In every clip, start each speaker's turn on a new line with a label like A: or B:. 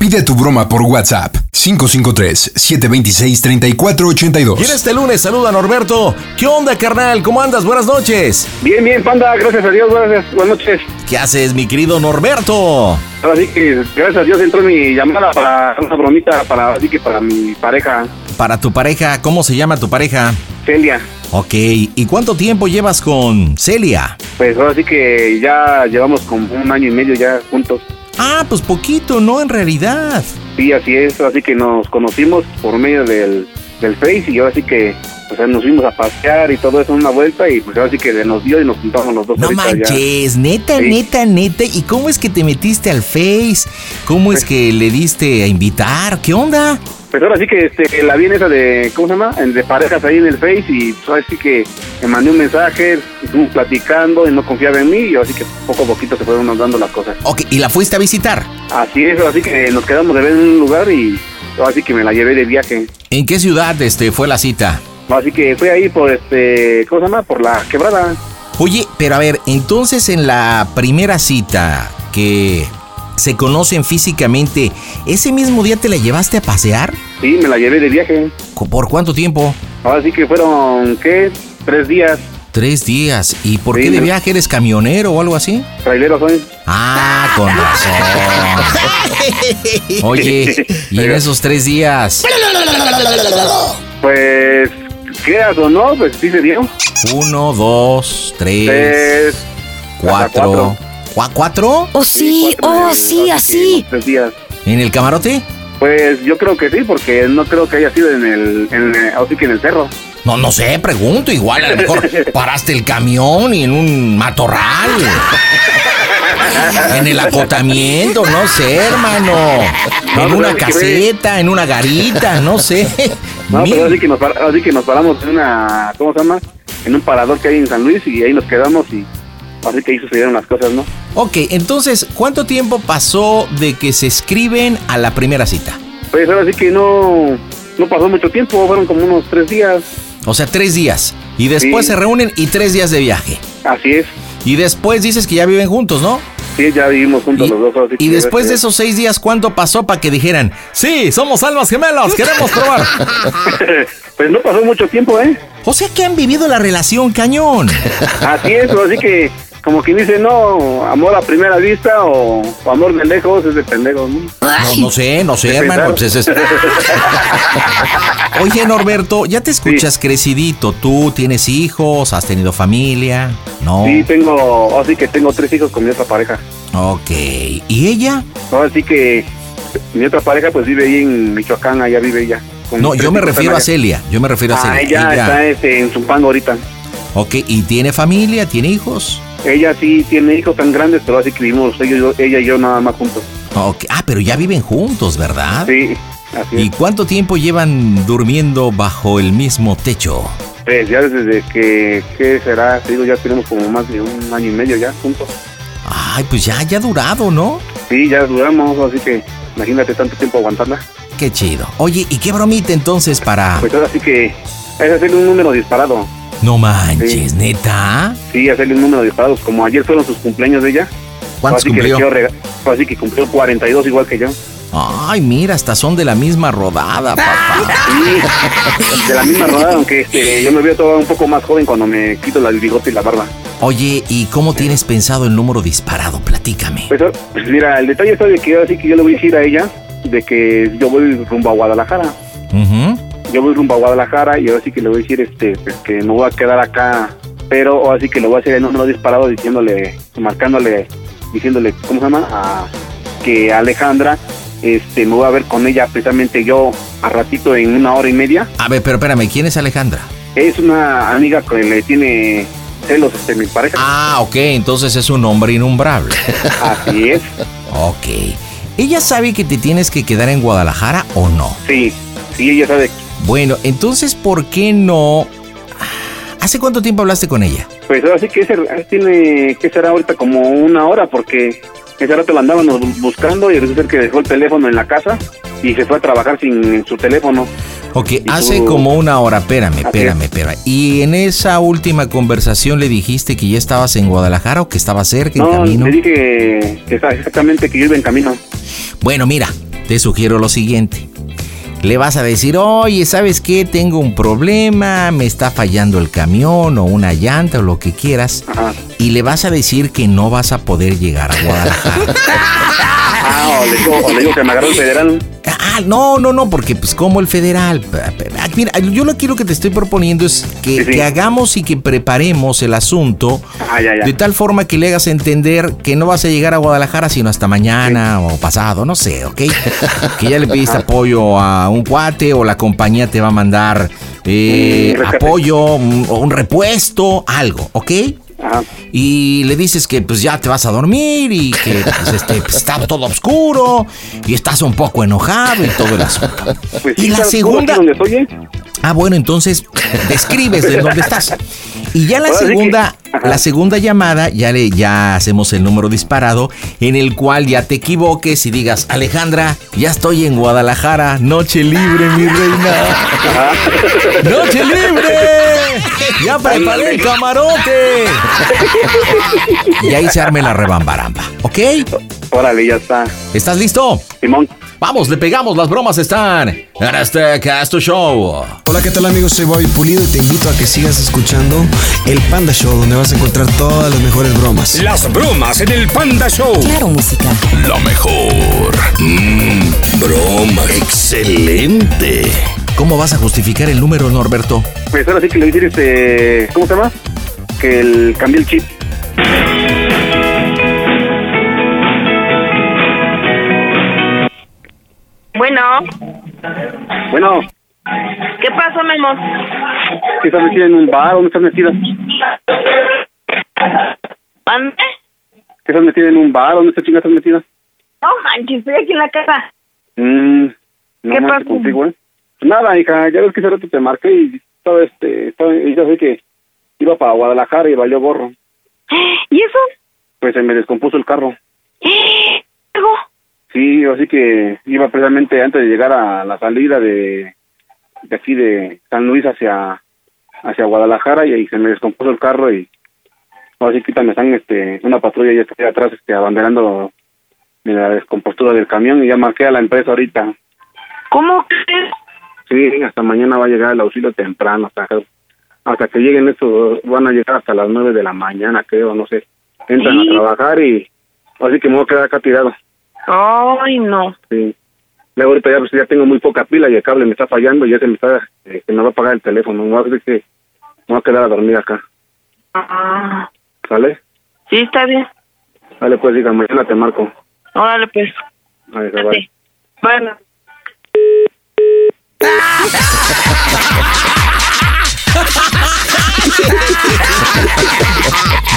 A: Pide tu broma por WhatsApp 553-726-3482.
B: Y en este lunes saluda a Norberto. ¿Qué onda, carnal? ¿Cómo andas? Buenas noches.
C: Bien, bien, panda. Gracias a Dios. Buenas, buenas noches.
B: ¿Qué haces, mi querido Norberto?
C: Ahora sí que gracias a Dios entró mi llamada para una bromita para, así que para mi pareja.
B: Para tu pareja, ¿cómo se llama tu pareja?
C: Celia.
B: Ok, ¿y cuánto tiempo llevas con Celia?
C: Pues ahora sí que ya llevamos como un año y medio ya juntos.
B: Ah, pues poquito, ¿no? En realidad.
C: Sí, así es, así que nos conocimos por medio del, del Face y ahora sí que o sea, nos fuimos a pasear y todo eso una vuelta y pues ahora sí que nos dio y nos juntamos los dos.
B: No manches, ya. neta, sí. neta, neta. ¿Y cómo es que te metiste al Face? ¿Cómo es que le diste a invitar? ¿Qué onda?
C: Pues ahora sí que este, la vi en esa de, ¿cómo se llama? De parejas ahí en el Face y pues, ahora sí que me mandé un mensaje, estuvimos platicando y no confiaba en mí y así que poco a poquito se fueron dando las cosas.
B: Ok, ¿y la fuiste a visitar?
C: Así es, así que nos quedamos de ver en un lugar y así que me la llevé de viaje.
B: ¿En qué ciudad este, fue la cita?
C: Así que fui ahí por este, ¿cómo se llama? Por la quebrada.
B: Oye, pero a ver, entonces en la primera cita que se conocen físicamente, ¿ese mismo día te la llevaste a pasear?
C: Sí, me la llevé de viaje.
B: ¿Por cuánto tiempo?
C: Así que fueron, ¿qué? Tres días.
B: Tres días. ¿Y por sí, qué de viaje eres camionero o algo así?
C: Trailero soy.
B: Ah, con razón. Oye, ¿y en esos tres días?
C: Pues, creas o no, pues sí se dio.
B: Uno, dos, tres, tres cuatro. cuatro. ¿Cuatro?
D: Oh, sí, sí oh, sí, así.
C: Tres días.
B: ¿En el camarote?
C: Pues yo creo que sí, porque no creo que haya sido en el, en, así que en el cerro.
B: No, no sé, pregunto. Igual a lo mejor paraste el camión y en un matorral. en el acotamiento, no sé, hermano. No, en una caseta, que... en una garita, no sé.
C: No, Mira. pero así que, nos, así que nos paramos en una, ¿cómo se llama? En un parador que hay en San Luis y ahí nos quedamos y así que ahí sucedieron las cosas, ¿no?
B: Ok, entonces, ¿cuánto tiempo pasó de que se escriben a la primera cita?
C: Pues ahora sí que no, no pasó mucho tiempo, fueron como unos tres días.
B: O sea, tres días. Y después sí. se reúnen y tres días de viaje.
C: Así es.
B: Y después dices que ya viven juntos, ¿no?
C: Sí, ya vivimos juntos
B: y,
C: los dos.
B: y después de esos seis días, ¿cuánto pasó para que dijeran, sí, somos almas gemelas, queremos probar?
C: pues no pasó mucho tiempo, ¿eh?
B: O sea que han vivido la relación, cañón.
C: Así es, así que como quien dice, no, amor a primera vista o, o amor de lejos es de pendejos, ¿no?
B: No, no sé, no sé, hermano. Pues es... Oye, Norberto, ya te escuchas sí. crecidito. Tú tienes hijos, has tenido familia, ¿no?
C: Sí, tengo, así que tengo tres hijos con mi otra pareja.
B: Ok, ¿y ella?
C: No, así que mi otra pareja pues vive ahí en Michoacán, allá vive ella.
B: No, yo me refiero a Celia, yo me refiero a Celia. Ah,
C: ella, ella... está este, en Zumpango ahorita.
B: Ok, ¿y tiene familia, tiene hijos?
C: Ella sí tiene hijos tan grandes, pero así que vivimos ella, ella y yo nada más juntos.
B: Okay. Ah, pero ya viven juntos, ¿verdad?
C: Sí, así
B: Ah. ¿Y
C: es.
B: cuánto tiempo llevan durmiendo bajo el mismo techo?
C: Pues ya desde que, ¿qué será? Te digo, ya tenemos como más de un año y medio ya juntos.
B: Ay, pues ya, ya ha durado, ¿no?
C: Sí, ya duramos, así que imagínate tanto tiempo aguantarla.
B: Qué chido. Oye, ¿y qué bromita entonces para...?
C: Pues ahora sí que es hacerle un número disparado.
B: No manches, sí. neta.
C: Sí, hacerle un número de disparados. Como ayer fueron sus cumpleaños de ella.
B: ¿Cuántos
C: así
B: cumplió?
C: Que así que cumplió 42 igual que yo.
B: Ay, mira, hasta son de la misma rodada, papá.
C: Sí, de la misma rodada, aunque este, yo me veo todavía un poco más joven cuando me quito el bigote y la barba.
B: Oye, ¿y cómo tienes pensado el número disparado? Platícame.
C: Pues, mira, el detalle está de que así que yo le voy a decir a ella de que yo voy rumbo a Guadalajara.
B: Ujú.
C: Yo voy rumbo a Guadalajara y ahora sí que le voy a decir este, pues, que me voy a quedar acá, pero ahora sí que le voy a hacer el número disparado diciéndole, marcándole, diciéndole, ¿cómo se llama? A- que Alejandra, este, me voy a ver con ella precisamente yo a ratito en una hora y media.
B: A ver, pero espérame, ¿quién es Alejandra?
C: Es una amiga que le tiene celos este, mi pareja.
B: Ah, ok, entonces es un hombre innombrable.
C: Así es.
B: ok. ¿Ella sabe que te tienes que quedar en Guadalajara o no?
C: Sí, sí, ella sabe.
B: Bueno, entonces, ¿por qué no? Ah, ¿Hace cuánto tiempo hablaste con ella?
C: Pues ahora sí que ese- tiene que será ahorita como una hora porque ese rato la andábamos bu- buscando y resulta ser que dejó el teléfono en la casa y se fue a trabajar sin su teléfono.
B: Ok,
C: tú?
B: hace como una hora, espérame,
C: Así
B: espérame, espérame. ¿Y en esa última conversación le dijiste que ya estabas en Guadalajara o que estabas cerca, en
C: No,
B: camino?
C: le dije que está- exactamente que yo iba en camino.
B: Bueno, mira, te sugiero lo siguiente. Le vas a decir, oye, ¿sabes qué? Tengo un problema, me está fallando el camión o una llanta o lo que quieras.
C: Ajá.
B: Y le vas a decir que no vas a poder llegar a Guadalajara.
C: Ah, o le, digo, o le digo que me agarró el federal.
B: ah, no, no, no, porque pues como el federal. Ah, Mira, yo lo quiero que te estoy proponiendo es que,
C: Sí, sí.
B: que hagamos y que preparemos el asunto
C: Ah, ya,
B: de
C: ya.
B: tal forma que le hagas entender que no vas a llegar a Guadalajara sino hasta mañana o pasado, no sé, ¿ok? que ya le pediste apoyo a un cuate o la compañía te va a mandar eh,
C: Un rescate.
B: apoyo un- o un repuesto, algo, ¿ok?
C: Ajá.
B: Y le dices que pues ya te vas a dormir y que pues, este, pues, está todo oscuro y estás un poco enojado y todo el asunto.
C: Pues
B: y
C: sí,
B: la
C: ¿sabes tú
B: segunda...
C: aquí donde estoy, eh?
B: Ah, bueno, entonces describes de dónde estás. Y ya la
C: Ahora sí que-
B: segunda,
C: Ajá.
B: la segunda llamada, ya le, ya hacemos el número disparado, en el cual ya te equivoques y digas, Alejandra, ya estoy en Guadalajara, noche libre, mi reina.
C: Ajá.
B: ¡Noche libre! ¡Ya preparé el camarote! Y ahí se arme la rebambaramba, ¿ok?
C: Órale, ya está.
B: ¿Estás listo?
C: Simón.
B: Vamos, le pegamos, las bromas están en este Casto Show.
E: Hola, ¿qué tal amigos? Soy Bobby Pulido y te invito a que sigas escuchando El Panda Show, donde vas a encontrar todas las mejores bromas.
F: Las bromas en el Panda Show.
D: Claro, música.
F: La mejor. Mmm, broma. Excelente.
B: ¿Cómo vas a justificar el número, Norberto?
C: Pues ahora sí que le voy a decir este. ¿Cómo se llama? Que el, cambié el chip.
G: Bueno,
C: Bueno,
G: ¿qué pasó, mi amor?
C: ¿qué estás metida en un bar? ¿Dónde estás metida?
G: ¿Mande?
C: ¿Qué estás metida en un bar? ¿Dónde estás chingada estás metida?
G: No manches, estoy aquí en la casa.
C: Mm, no
G: ¿Qué
C: manches
G: pasó?
C: contigo, ¿eh? Nada, hija, ya ves que hace rato te marqué y estaba, este, estaba, y ya sé que iba para Guadalajara y valió gorro.
G: ¿Y eso?
C: Pues se me descompuso el carro.
G: ¿Algo?
C: Sí, así que iba precisamente antes de llegar a la salida de, de aquí de San Luis hacia hacia Guadalajara y ahí se me descompuso el carro y así que me están este una patrulla ya está atrás este abanderando de la descompostura del camión y ya marqué a la empresa ahorita.
G: ¿Cómo crees?
C: Sí, hasta mañana va a llegar el auxilio temprano, hasta que, hasta que lleguen estos, van a llegar hasta las nueve de la mañana, creo, no sé. Entran
G: Sí.
C: a trabajar y así que me voy a quedar acá tirado.
G: Ay, no.
C: Sí. Luego ahorita ya, pues, ya tengo muy poca pila y el cable me está fallando y ya se me está, eh, se me va a apagar el teléfono. Me voy a, decir que me voy a quedar a dormir acá,
G: Ah,
C: ¿sale?
G: sí, está bien.
C: Dale, pues, diga, mañana te marco.
G: Órale, pues.
C: Ahí se va.
G: Date. Bueno.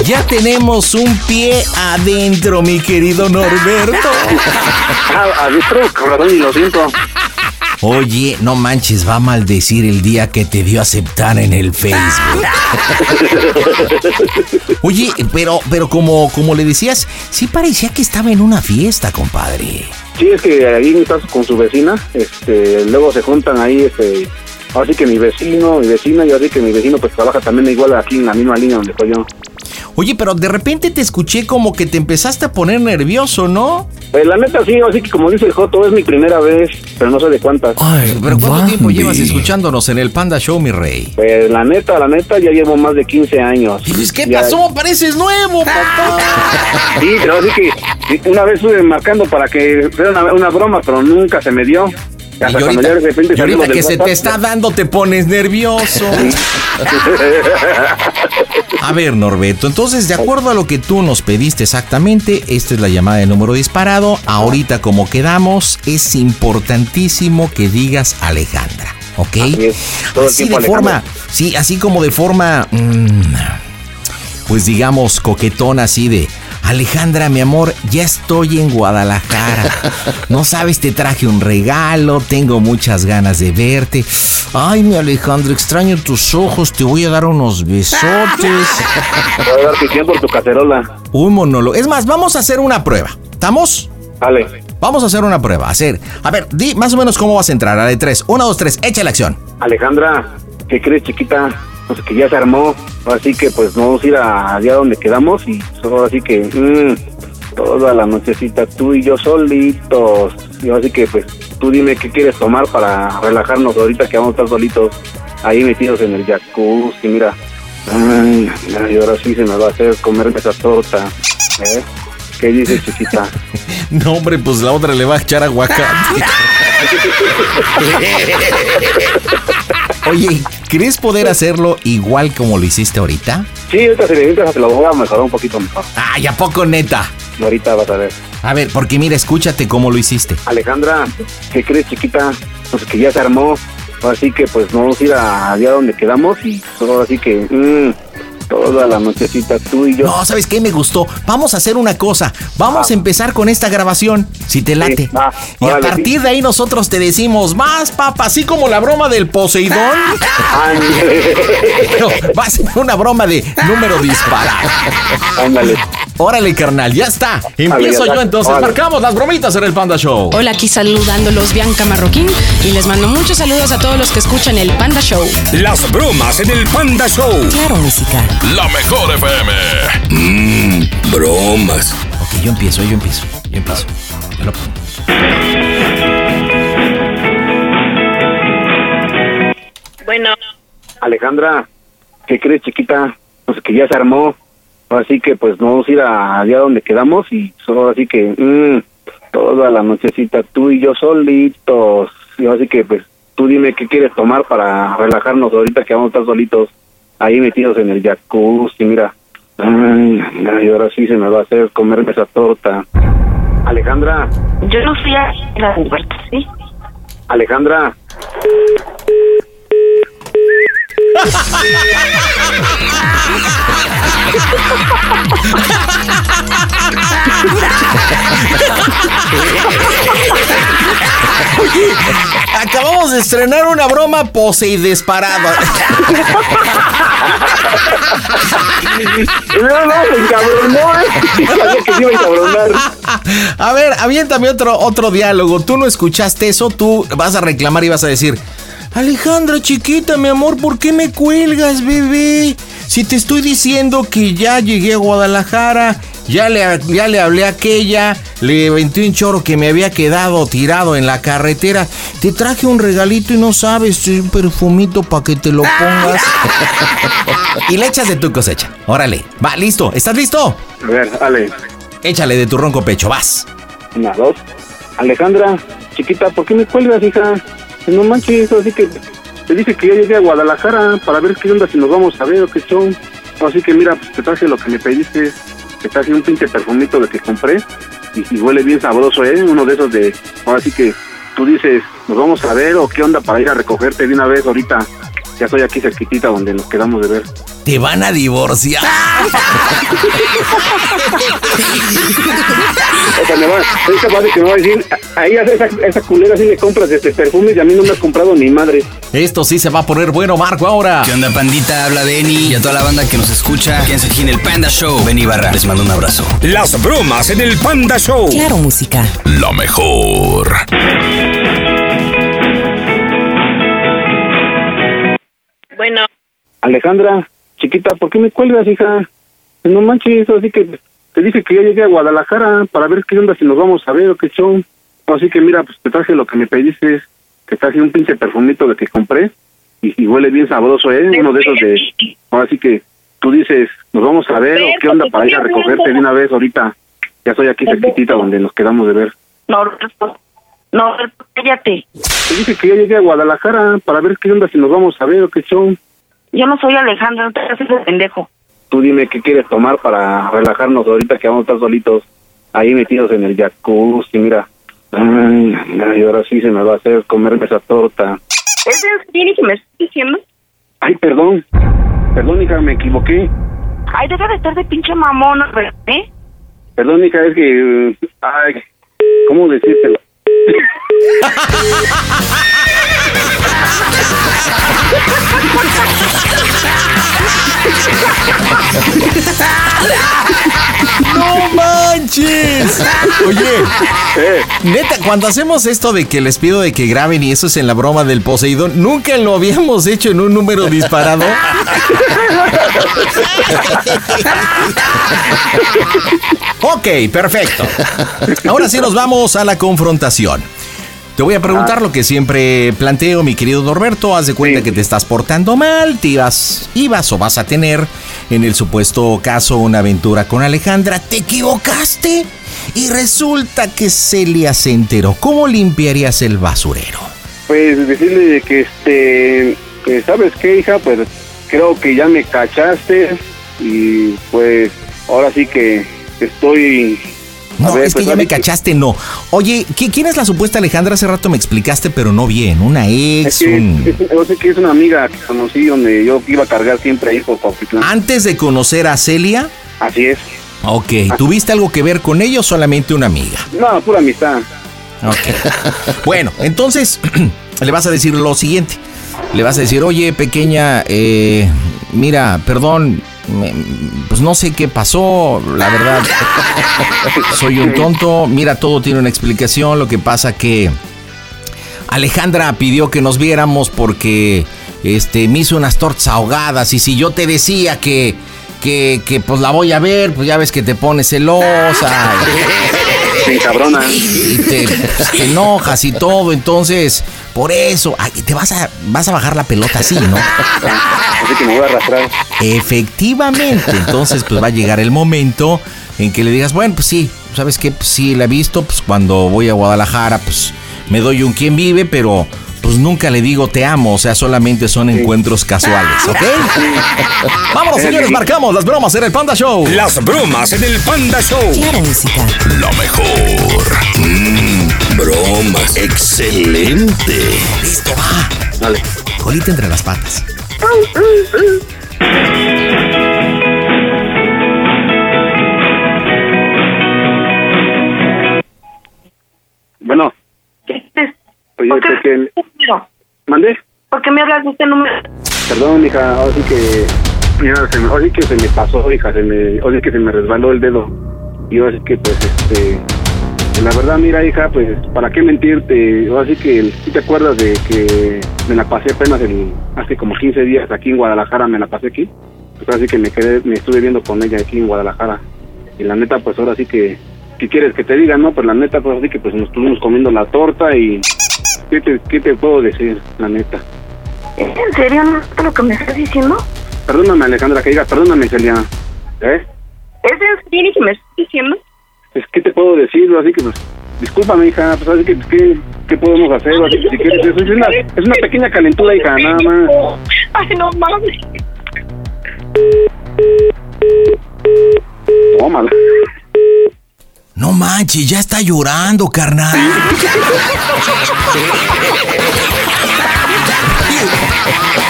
B: Ya tenemos un pie adentro, mi querido Norberto.
C: Ah, adentro, cabrón, y lo siento.
B: Oye, no manches, va a maldecir el día que te dio aceptar en el Facebook. Oye, pero, pero como, como le decías, sí parecía que estaba en una fiesta, compadre.
C: Sí, es que ahí estás con su vecina, este, luego se juntan ahí, este, ahora sí que mi vecino, mi vecina, y ahora sí que mi vecino pues trabaja también igual aquí en la misma línea donde estoy yo.
B: Oye, pero de repente te escuché como que te empezaste a poner nervioso, ¿no?
C: Pues la neta sí, así que como dice el Joto, es mi primera vez, pero no sé de cuántas.
E: Ay,
B: Pero ¿cuánto tiempo
E: Bambi.
B: llevas escuchándonos en el Panda Show, mi rey?
C: Pues la neta, la neta, ya llevo más de 15 años.
B: Pues, ¿qué
C: Ya-
B: pasó? Pareces nuevo, papá.
C: Sí, pero así que una vez estuve marcando para que fuera una, una broma, pero nunca se me dio. Hasta
B: Y
C: cuando
B: ahorita,
C: ya de repente
B: y ahorita
C: salimos del
B: que se te está
C: WhatsApp,
B: dando, te pones nervioso. A ver, Norberto, entonces, de acuerdo a lo que tú nos pediste exactamente, esta es la llamada de número disparado. Ahorita, como quedamos, es importantísimo que digas Alejandra, ¿ok?
C: Así es, todo el
B: Así de
C: tiempo
B: forma,
C: Alejandra.
B: sí, así como de forma, mm, pues digamos, coquetona, así de. Alejandra, mi amor, ya estoy en Guadalajara. No sabes, te traje un regalo, tengo muchas ganas de verte. Ay, mi Alejandra, extraño tus ojos, te voy a dar unos besotes.
C: Te voy a dar tu tiempo por tu cacerola.
B: Un monólogo. Es más, vamos a hacer una prueba. ¿Estamos?
C: Vale.
B: Vamos a hacer una prueba. Hacer. A ver, di más o menos cómo vas a entrar. A la de tres. Una, dos, tres. Echa la acción.
C: Alejandra, ¿qué crees, chiquita? Pues que ya se armó. Así que pues nos vamos a ir a allá donde quedamos y solo así que mm, toda la nochecita tú y yo solitos. Y así que pues tú dime qué quieres tomar para relajarnos ahorita que vamos a estar solitos ahí metidos en el jacuzzi, mira. Ay, ay, ahora sí se nos va a hacer comerme esa torta. ¿eh? ¿Qué dices, chiquita?
B: No, hombre, pues la otra le va a echar aguacate. Oye, ¿crees poder hacerlo igual como lo hiciste ahorita?
C: Sí, ahorita se le ahorita se lo voy a mejorar un poquito mejor.
B: Ay, ¿a poco neta?
C: Ahorita vas a ver.
B: A ver, porque mira, escúchate cómo lo hiciste.
C: Alejandra, ¿qué crees, chiquita? Pues que ya se armó. Así que pues nos vamos a ir a allá donde quedamos y solo así que mm, toda la nochecita tú y yo.
B: No, ¿sabes qué me gustó? Vamos a hacer una cosa. Vamos a empezar con esta grabación, si te late.
C: Ah. va,
B: y a
C: órale,
B: partir de ahí nosotros te decimos más, papá, así como la broma del Poseidón.
C: Ándale,
B: Pero va a ser una broma de número disparado.
C: ándale.
B: Órale, carnal, ya está. Empiezo
C: ya
B: yo
C: está.
B: entonces.
C: Órale.
B: Marcamos las bromitas en el Panda Show.
H: Hola, aquí saludándolos Bianca Marroquín y les mando muchos saludos a todos los que escuchan el Panda Show.
F: Las bromas en el Panda Show.
H: Claro, música.
F: La mejor FM. Mmm, bromas.
B: Ok, yo empiezo, yo empiezo, yo empiezo. Ya lo pongo.
G: Bueno,
C: Alejandra, ¿qué crees, chiquita? Pues que ya se armó. Así que pues nos vamos a ir a allá donde quedamos y solo así que mm, toda la nochecita tú y yo solitos. Y así que pues tú dime qué quieres tomar para relajarnos ahorita que vamos a estar solitos ahí metidos en el jacuzzi, mira. Ay, ay, ahora sí se nos va a hacer comerme esa torta. Alejandra,
G: yo no fui a la puerta, ¿sí?
C: Alejandra,
B: Acabamos de estrenar una broma pose y disparada.
C: no, no, se encabronó, ¿eh? Sabía que se iba a encabronar.
B: A ver, aviéntame otro, otro diálogo. Tú no escuchaste eso, tú vas a reclamar y vas a decir: Alejandra, chiquita, mi amor, ¿por qué me cuelgas, bebé? Si te estoy diciendo que ya llegué a Guadalajara, ya le, ya le hablé a aquella, le venté un choro que me había quedado tirado en la carretera. Te traje un regalito y no sabes, un perfumito para que te lo pongas. y le echas de tu cosecha. Órale, va, listo, ¿estás listo?
C: A ver, Ale,
B: Échale de tu ronco pecho, vas.
C: una, dos. Alejandra, chiquita, ¿por qué me cuelgas, hija? No manches, así que te dije que yo llegué a Guadalajara para ver qué onda si nos vamos a ver o qué son. Así que mira, pues te traje lo que me pediste, te traje un pinche perfumito de que compré y, y huele bien sabroso, ¿eh? Uno de esos de... Así que tú dices, ¿nos vamos a ver o qué onda para ir a recogerte de una vez ahorita? Ya estoy aquí cerquitita donde nos quedamos de ver.
B: Te van a divorciar.
C: O sea, me va, es capaz de que me va a decir, ahí esa, esa culera sí me compras este perfume y a mí no me has comprado ni madre.
B: Esto sí se va a poner bueno, Marco, ahora.
I: ¿Qué onda, pandita? Habla Denny y a toda la banda que nos escucha. Quédense aquí en el Panda Show. Benny Barra, les mando un abrazo.
F: Las bromas en el Panda Show.
H: Claro, música.
F: La mejor.
G: bueno,
C: Alejandra, chiquita, ¿por qué me cuelgas, hija? No manches, así que pues, te dije que ya llegué a Guadalajara para ver qué onda, si nos vamos a ver o qué show. Así que mira, pues te traje lo que me pediste, te traje un pinche perfumito de que compré y, y huele bien sabroso, ¿eh? Uno de esos de... Ahora sí que tú dices, nos vamos a ver o qué onda para ir a recogerte de una vez ahorita. Ya estoy aquí cerquitita donde nos quedamos de ver.
G: No, Roberto, no, Roberto, cállate.
C: Te dije que ya llegué a Guadalajara para ver qué onda, si nos vamos a ver o qué show.
G: Yo no soy Alejandro, no te hagas ese pendejo.
C: Tú dime qué quieres tomar para relajarnos ahorita que vamos a estar solitos ahí metidos en el jacuzzi, mira. Ay, ay, ahora sí se me va a hacer comerme esa torta.
G: ¿Es el que tiene que me estás diciendo?
C: Ay, perdón. Perdón, hija, me equivoqué.
G: Ay, deja de estar de pinche mamón, Roberto, ¿eh?
C: Perdón, hija, es que... eh, Ay, ¿cómo decírtelo?
B: ¡No manches! Oye,
C: Eh,
B: Neta, cuando hacemos esto de que les pido de que graben y eso es en la broma del Poseidón, nunca lo habíamos hecho en un número disparado. ok, perfecto. Ahora sí nos vamos a la confrontación. Te voy a
C: Ah.
B: preguntar lo que siempre planteo, mi querido Norberto. Haz de cuenta que te estás portando mal, te ibas, ibas o vas a tener, en el supuesto caso, una aventura con Alejandra. ¿Te equivocaste? Y resulta que Celia se enteró. ¿Cómo limpiarías el basurero?
C: Pues decirle de que este, que, sabes qué hija, pues creo que ya me cachaste y pues ahora sí que estoy. a
B: No,
C: ver,
B: es que
C: pues,
B: ya me
C: ahorita-
B: cachaste, no. Oye, ¿qui- ¿quién es la supuesta Alejandra? Hace rato me explicaste, pero no bien. Una
C: Es
B: ex,
C: que,
B: un...
C: es- yo sé que es una amiga que conocí donde yo iba a cargar siempre ahí por Cuautitlán.
B: Antes de conocer a Celia,
C: Así es.
B: ok,
C: Ah.
B: ¿tuviste algo que ver con ella o solamente una amiga?
C: No, pura amistad.
B: Ok. Bueno, entonces le vas a decir lo siguiente. Le vas a decir, oye, pequeña, eh, mira, perdón, me- pues no sé qué pasó, la verdad. Soy un tonto. Mira, todo tiene una explicación. Lo que pasa que Alejandra pidió que nos viéramos porque este, me hizo unas tortas ahogadas. Y si yo te decía que, que, que pues la voy a ver, pues ya ves que te pones celosa.
C: Sin cabrona.
B: y te, pues, te enojas y todo, entonces por eso ay, te vas a vas a bajar la pelota así, ¿no?
C: Así que me voy a arrastrar.
B: Efectivamente, entonces pues va a llegar el momento en que le digas, bueno, pues sí, ¿sabes qué? Pues sí, la he visto, pues cuando voy a Guadalajara, pues me doy un quien vive, pero pues nunca le digo te amo, o sea, solamente son encuentros casuales, ¿ok? Vámonos, señores, marcamos las bromas en el Panda Show.
F: Las bromas en el Panda Show.
J: Claro, música.
F: Lo mejor. Mm, bromas. Excelente.
B: Listo, va.
C: Dale.
B: Colita entre las patas.
C: Bueno,
G: ¿Qué haces?
C: Oye,
G: ¿Por qué
C: creo que
G: me
C: el-
G: hablas de este número?
C: mandé.
G: ¿Por qué me hablas de este número?
C: Perdón, hija, ahora sí que. Mira, se me, ahora sí que se me pasó, hija, se me, ahora sí que se me resbaló el dedo. Y ahora sí que, pues, este. La verdad, mira, hija, pues, ¿para qué mentirte? Ahora sí que, si te acuerdas de que me la pasé apenas el, hace como 15 días aquí en Guadalajara, me la pasé aquí. Pues ahora sí que me quedé, me estuve viendo con ella aquí en Guadalajara. Y la neta, pues, ahora sí que. ¿Qué quieres que te diga, no? Pues la neta, pues, así que, pues, nos estuvimos comiendo la torta y. ¿Qué te, qué te puedo decir, la neta?
G: ¿Es en serio no es lo que me estás diciendo?
C: Perdóname, Alejandra, que digas, perdóname, Celia. ¿Eh?
G: ¿Es en serio que me estás diciendo?
C: Pues, ¿qué te puedo decir? Así que, pues, discúlpame, hija, pues, así que, pues, ¿qué, qué podemos hacer? Así que, si quieres, es una, es una pequeña calentura, hija, nada más.
G: Ay, no mames.
C: Tómala.
B: No manches, ya está llorando, carnal.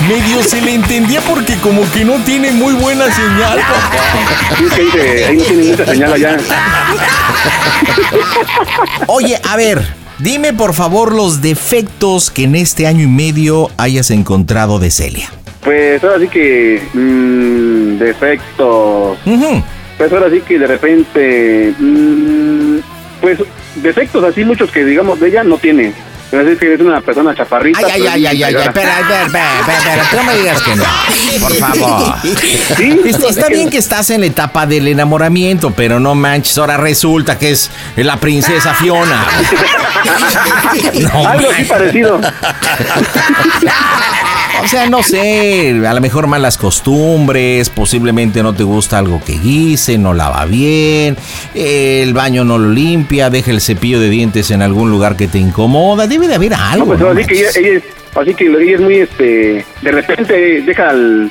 B: Medio se le entendía porque como que no tiene muy buena señal.
C: Sí, es que ahí, se- ahí no tiene mucha señal allá.
B: Oye, a ver, dime por favor los defectos que en este año y medio hayas encontrado de Celia.
C: Pues, ahora sí que, mmm, defectos.
B: Ujú.
C: Pues, ahora sí que, de mm, repente, mmm, pues, defectos así muchos que, digamos, de ella no tiene. Pero es que eres una persona chaparrita.
B: Ay, ay,
C: pero
B: ay,
C: eres
B: ay, ay,
C: entregada.
B: espera, espera, espera, espera, espera, tú no me digas que no, por favor.
C: Sí,
B: Está, Este, está bien que estás en la etapa del enamoramiento, pero no manches, ahora resulta que es la princesa Fiona. No
C: Algo así
B: manches.
C: parecido.
B: O sea, no sé, a lo mejor malas costumbres, posiblemente no te gusta algo que guise, no lava bien, el baño no lo limpia, deja el cepillo de dientes en algún lugar que te incomoda, debe de haber
C: No,
B: algo.
C: pues
B: ¿no
C: así que ella,
B: manches?
C: ella es, así que ella es muy, este, de repente deja el,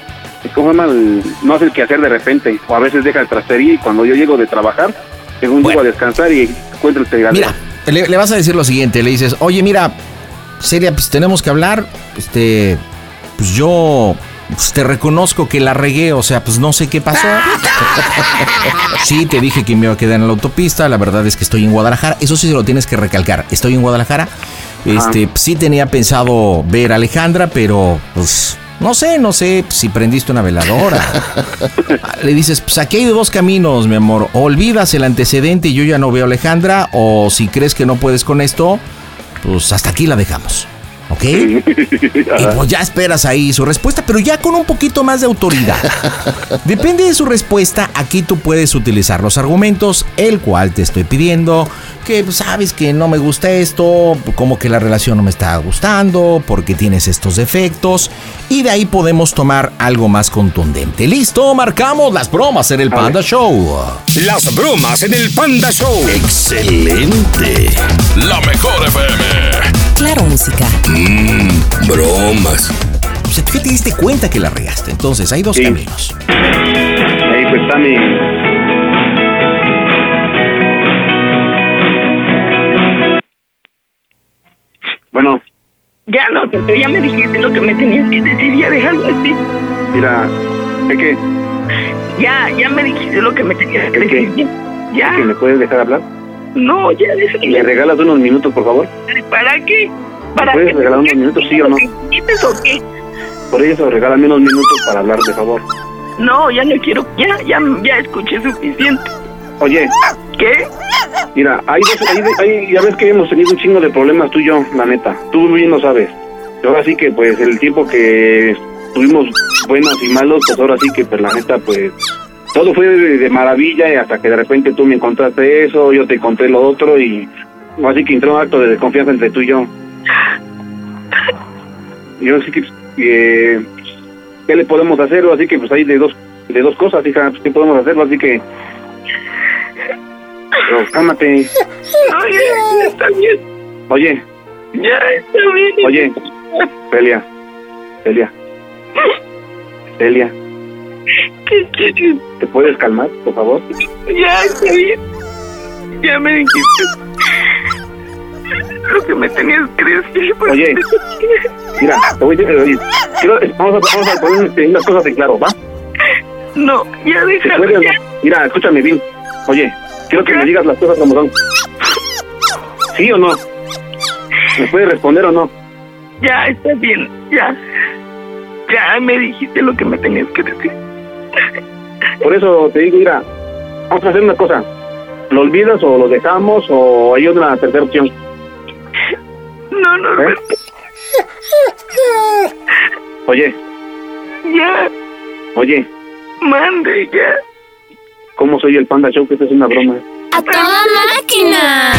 C: ¿cómo se llama? El- no hace el quehacer de repente, o a veces deja el trastería y cuando yo llego de trabajar, según
B: Bueno.
C: llego a descansar y encuentro el teléfono.
B: Mira, le, le vas a decir lo siguiente, le dices, oye, mira, Celia, pues tenemos que hablar, este, pues yo pues, te reconozco que la regué, o sea, pues no sé qué pasó. sí, te dije que me iba a quedar en la autopista, la verdad es que estoy en Guadalajara, eso sí se lo tienes que recalcar, estoy en Guadalajara, este, pues, sí tenía pensado ver a Alejandra, pero pues... No sé, no sé si prendiste una veladora. Le dices, pues aquí hay dos caminos, mi amor. O Olvidas el antecedente y yo ya no veo a Alejandra. O si crees que no puedes con esto, pues hasta aquí la dejamos. ¿Ok? Y pues ya esperas ahí su respuesta, pero ya con un poquito más de autoridad. Depende de su respuesta, aquí tú puedes utilizar los argumentos, el cual te estoy pidiendo, que pues, sabes que no me gusta esto, como que la relación no me está gustando, porque tienes estos defectos, y de ahí podemos tomar algo más contundente. Listo, marcamos las bromas en el Panda Show.
F: Las bromas en el Panda Show. Excelente. La mejor FM.
J: Claro Música.
F: Bromas.
B: O sea, Pues, ¿qué te diste cuenta que la regaste? Entonces, hay dos
C: Sí.
B: caminos.
C: Ahí pues está mi... Bueno,
G: Ya no, pero ya me dijiste lo que me tenías que decir, ya déjalo así.
C: mira, es que,
G: Ya, ya me dijiste lo que me tenías que
C: ¿El qué?
G: decir. Ya,
C: que me puedes dejar hablar.
G: no, ya déjalo.
C: ¿Me regalas unos minutos, por favor?
G: ¿Para qué? ¿Para
C: ¿Puedes
G: qué?
C: regalar unos
G: ¿Qué?
C: minutos, sí o no?
G: ¿Dices o qué?
C: Por eso, regálame unos minutos para hablar, de favor.
G: No, ya no quiero, ya, ya, ya escuché suficiente.
C: Oye,
G: ¿Qué?
C: Mira, hay, dos- hay, hay- ya ves que hemos tenido un chingo de problemas tú y yo, la neta. Tú bien lo sabes. Y ahora sí que, pues, el tiempo que tuvimos buenos y malos, pues ahora sí que, pues, la neta, pues, todo fue de, de maravilla y hasta que de repente tú me encontraste eso, yo te encontré lo otro y así que entró un acto de desconfianza entre tú y yo. Yo sí que, pues, eh, ¿qué le podemos hacer? Así que, pues, hay de dos, de dos cosas, hija, pues, ¿qué podemos hacerlo? Así que, pero cálmate.
G: Ay, ya está bien,
C: Oye,
G: ya está bien.
C: Oye, Celia, Celia, Celia,
G: ¿Qué quieres?
C: ¿te puedes calmar, por favor?
G: Ya está bien. Ya me dijiste lo que me tenías que decir. pues.
C: Oye. Mira, te voy a decir, oye, quiero- vamos, a, vamos a poner este, las cosas en claro, ¿va?
G: No, ya
C: ¿Te
G: déjalo.
C: puedes-
G: Ya,
C: Mira, escúchame bien. Oye, quiero que me digas las cosas como son. ¿Sí o no? ¿Me puedes responder o no?
G: ya está bien. Ya. Ya me dijiste lo que me tenías que decir.
C: Por eso te digo, mira, vamos a hacer una cosa. ¿Lo olvidas o lo dejamos o hay otra tercera opción?
G: No, no,
C: ¿Eh? Oye,
G: ya.
C: oye,
G: Mande, ya.
C: ¿cómo soy el Panda Show? Que esto es una broma.
D: ¡A toda máquina!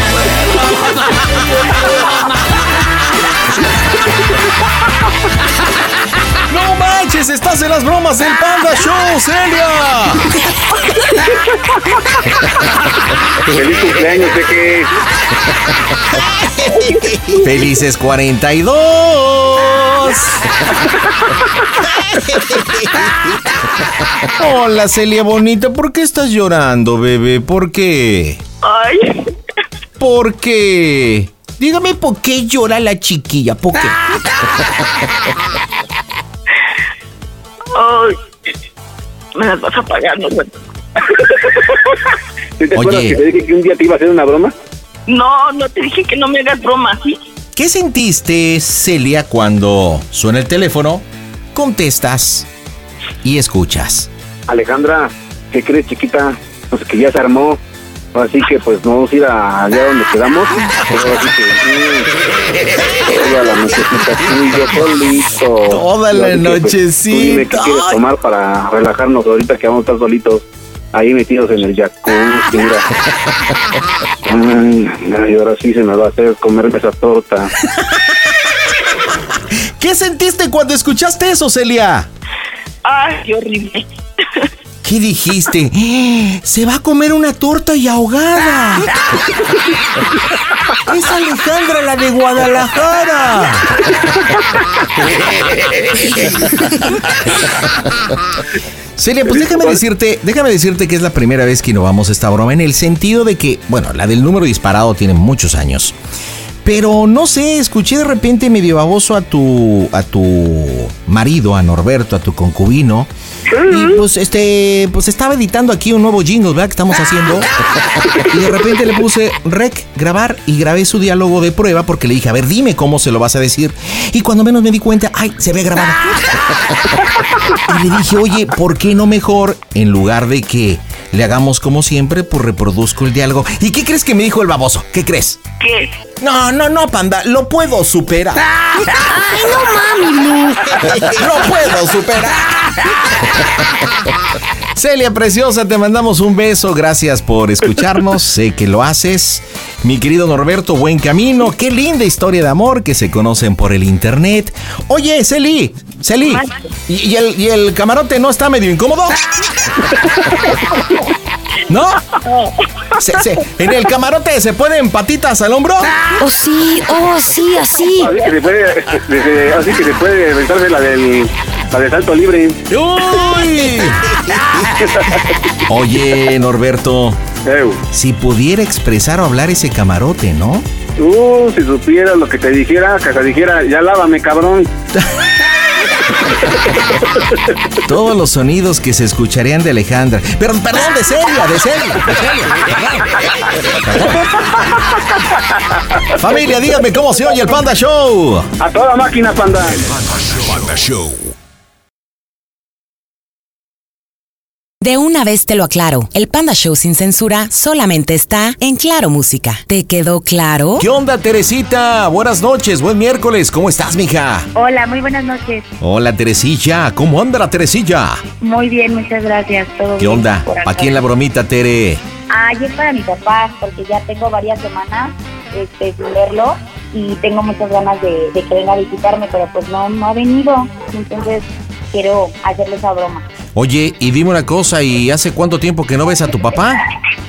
B: ¡No manches! ¡Estás en las bromas del Panda Show, Celia!
C: ¡Feliz cumpleaños, sé que...
B: Felices 42. Hola Celia bonita, ¿por qué estás llorando, bebé? ¿Por qué?
G: Ay,
B: ¿Por qué? Dígame por qué llora la chiquilla, ¿por qué?
G: ay. Me las vas a pagar, no, güey.
C: ¿Sí ¿Te acuerdas
B: Oye.
C: que te dije que un día te iba a hacer una broma?
G: No, no te dije que no me hagas bromas, ¿sí?
B: ¿Qué sentiste, Celia, cuando suena el teléfono, contestas y escuchas?
C: Alejandra, ¿qué crees, chiquita? Pues que ya se armó. Así que pues nos vamos a ir a allá donde quedamos. Ahora sí que, mm, toda la nochecita tú y yo solito.
B: Toda la
C: Así que, pues, tú Dime qué
B: nochecita.
C: quieres tomar para relajarnos ahorita que vamos a estar solitos. Ahí metidos en el jacuzzi, mira. Ay, ay, ahora sí se me va a hacer comerme esa torta.
B: ¿Qué sentiste cuando escuchaste eso, Celia?
G: Ay, qué horrible.
B: ¿Qué dijiste? ¡Eh! Se va a comer una torta y ahogada. Es Alejandra la de Guadalajara. Celia, pues déjame decirte, déjame decirte que es la primera vez que innovamos esta broma en el sentido de que, bueno, la del número disparado tiene muchos años. Pero no sé, escuché de repente medio baboso a tu a tu marido, a Norberto, a tu concubino. Y pues este, pues estaba editando aquí un nuevo jingle, ¿verdad? Que estamos haciendo. Y de repente le puse rec, grabar y grabé su diálogo de prueba porque le dije, a ver, dime cómo se lo vas a decir. Y cuando menos me di cuenta, ay, se ve grabado. Y le dije, oye, ¿por qué no mejor, en lugar de que le hagamos como siempre, pues reproduzco el diálogo? ¿Y qué crees que me dijo el baboso? ¿Qué crees?
G: ¿Qué?
B: No, no, no, panda, lo puedo superar.
D: Ay, no mami, Lu.
B: Lo puedo superar. Celia Preciosa, te mandamos un beso. Gracias por escucharnos. Sé que lo haces. Mi querido Norberto, buen camino. Qué linda historia de amor que se conocen por el internet. Oye, Celi, Celi, ¿y, y el, y el camarote no está medio incómodo? ¿No? Se- se- ¿En el camarote se ponen patitas al hombro?
D: Oh, sí, oh, sí, así.
C: Así que se puede, desde- así que se puede inventarse la del, la del salto libre.
B: ¡Uy! Oye, Norberto,
C: Eu.
B: si pudiera expresar o hablar ese camarote, ¿no?
C: Uh, si supieras lo que te dijera, que te dijera, ya lávame, cabrón.
B: Todos los sonidos que se escucharían de Alejandra. Pero, perdón, de Celia, de Celia. de Celia. Perdón. Familia, díganme cómo se oye el Panda Show.
C: A toda máquina, panda.
J: De una vez te lo aclaro, el Panda Show sin censura solamente está en Claro Música. ¿Te quedó claro?
B: ¿Qué onda, Teresita? Buenas noches, buen miércoles. ¿Cómo estás, mija?
K: Hola, muy buenas noches.
B: Hola, Teresilla. ¿Cómo anda la Teresilla?
K: Muy bien, muchas gracias. Todo
B: ¿Qué
K: bien
B: onda?
K: por acá.
B: ¿Para quién la bromita, Tere?
K: Ah, y es para mi papá, porque ya tengo varias semanas este, sin verlo y tengo muchas ganas de, de que venga a visitarme, pero pues no, no ha venido. Entonces quiero hacerle esa broma.
B: Oye, y dime una cosa, ¿y hace cuánto tiempo que no ves a tu papá?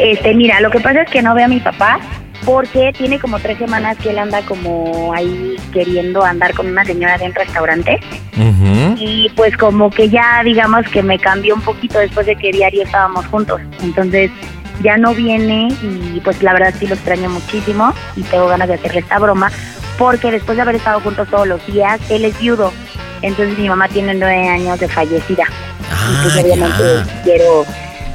K: Este, mira, lo que pasa es que no veo a mi papá porque tiene como tres semanas que él anda como ahí queriendo andar con una señora de un restaurante. Y pues como que ya digamos que me cambió un poquito después de que diario estábamos juntos. Entonces ya no viene y pues la verdad sí lo extraño muchísimo y tengo ganas de hacerle esta broma porque después de haber estado juntos todos los días, él es viudo. Entonces mi mamá tiene nueve años de fallecida. y
B: Ah,
K: pues obviamente quiero,